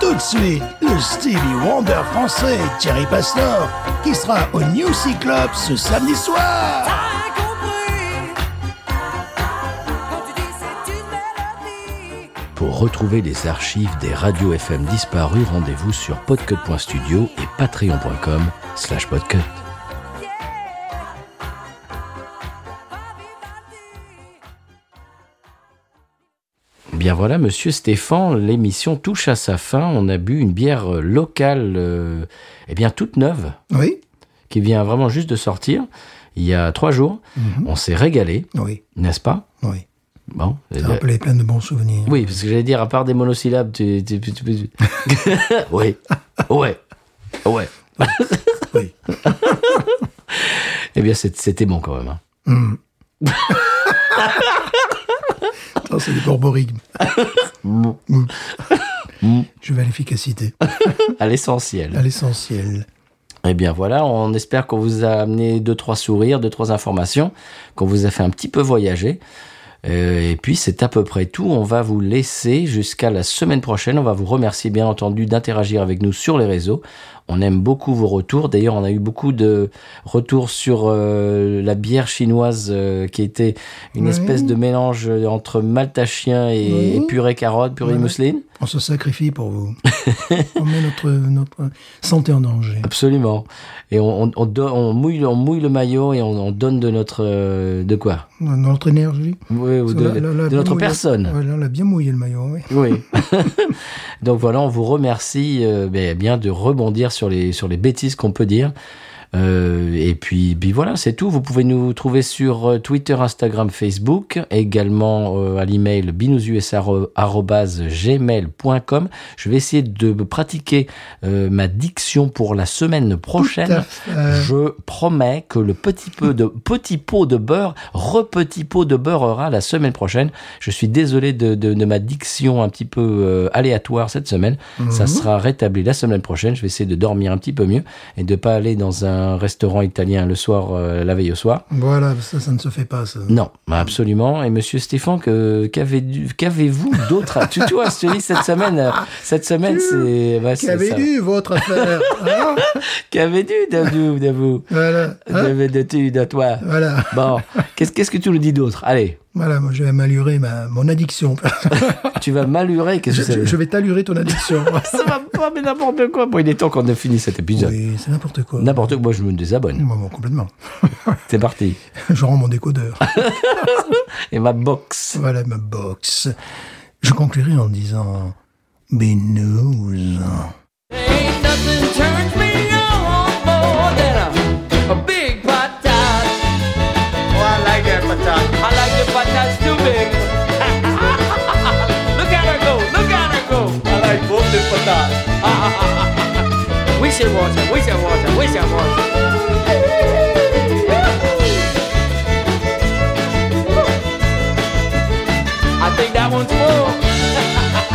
Tout de suite, le Stevie Wonder français Thierry Pastor qui sera au New Cyclope ce samedi soir. T'as compris Quand tu dis c'est une mélodie Pour retrouver les archives des radios FM disparues, rendez-vous sur podcut.studio et patreon.com slash podcut. Bien voilà, monsieur Stéphane, l'émission touche à sa fin. On a bu une bière euh, locale, euh, eh bien toute neuve, Oui, qui vient vraiment juste de sortir, il y a trois jours. Mhm. On s'est régalé, oui, n'est-ce pas oui. Bon, Ça euh, rappelait plein de bons souvenirs. Oui, parce que j'allais dire, à part des monosyllabes, tu. tu- tu- tu- tu- [LAUGHS] oui. Ouais. Ouais. [LAUGHS] Oui. eh bien, c'est- c'était bon quand même. hein. Ça, c'est du borborigme. Mm. Je vais à l'efficacité, À à l'essentiel. l'essentiel. Eh bien, voilà, on espère qu'on vous a amené deux, trois sourires, deux, trois informations, qu'on vous a fait un petit peu voyager. Euh, et puis, c'est à peu près tout. On va vous laisser jusqu'à la semaine prochaine. On va vous remercier, bien entendu, d'interagir avec nous sur les réseaux. On aime beaucoup vos retours. D'ailleurs, on a eu beaucoup de retours sur euh, la bière chinoise euh, qui était une Oui. espèce de mélange entre maltachien et, Oui. et purée carotte, purée Oui. mousseline. On se sacrifie pour [LAUGHS] vous. on met notre, notre santé en danger. Absolument. Et on, on, on do- on mouille, on mouille le maillot et on, on donne de notre euh, de quoi Notre énergie. Oui, ou de, Parce que là, là, là, de notre bien mouillé- personne. Ouais, là, on a bien mouillé le maillot, oui. [LAUGHS] Oui. [LAUGHS] Donc voilà, on vous remercie euh, ben, bien de rebondir sur les, sur les bêtises qu'on peut dire. Euh, et puis, puis voilà, c'est tout. Vous pouvez nous trouver sur euh, Twitter, Instagram, Facebook, également euh, à l'email binoususa@gmail.com. Je vais essayer de pratiquer euh, ma diction pour la semaine prochaine. Tout à fait. Euh, Je promets que le petit peu de petit pot de beurre, repetit pot de beurre aura la semaine prochaine. Je suis désolé de, de- de ma diction un petit peu euh, aléatoire cette semaine. Ça sera rétabli la semaine prochaine. Je vais essayer de dormir un petit peu mieux et de pas aller dans un restaurant italien le soir, euh, la veille au soir. Voilà, ça, ça ne se fait pas, ça. Non, bah absolument. Et Monsieur Stéphane, que- qu'avez- qu'avez-vous d'autre à... Tu tu vois, je te dis cette semaine, euh, cette semaine, c'est bah, c'est ça. Qu'avez-vous, votre affaire hein qu'avez-tu d'avoue, d'avoue, Voilà. hein d'avoue, de toi. voilà. Bon, qu'est-ce qu'est-ce que tu nous dis d'autre Allez, Voilà, moi, je vais m'allurer ma, mon addiction. tu vas m'allurer, qu'est-ce je, que je- c'est je vais t'allurer ton addiction. Ça va pas, mais n'importe quoi. Bon, il est temps qu'on ait fini cet épisode. oui, c'est n'importe quoi. N'importe quoi, je me désabonne. Moi, moi, complètement. [LAUGHS] C'est parti. je rends mon décodeur. Et ma box. voilà ma box. Je conclurai en disant... Binouze. Ain't nothing turns me on more than a, a big patat. Oh, I like that patat. I like the patats too big. [LAUGHS] look at her go, look at her go. I like both the [LAUGHS] patats. we should watch her, we should watch her, we should watch her. I think that one's full.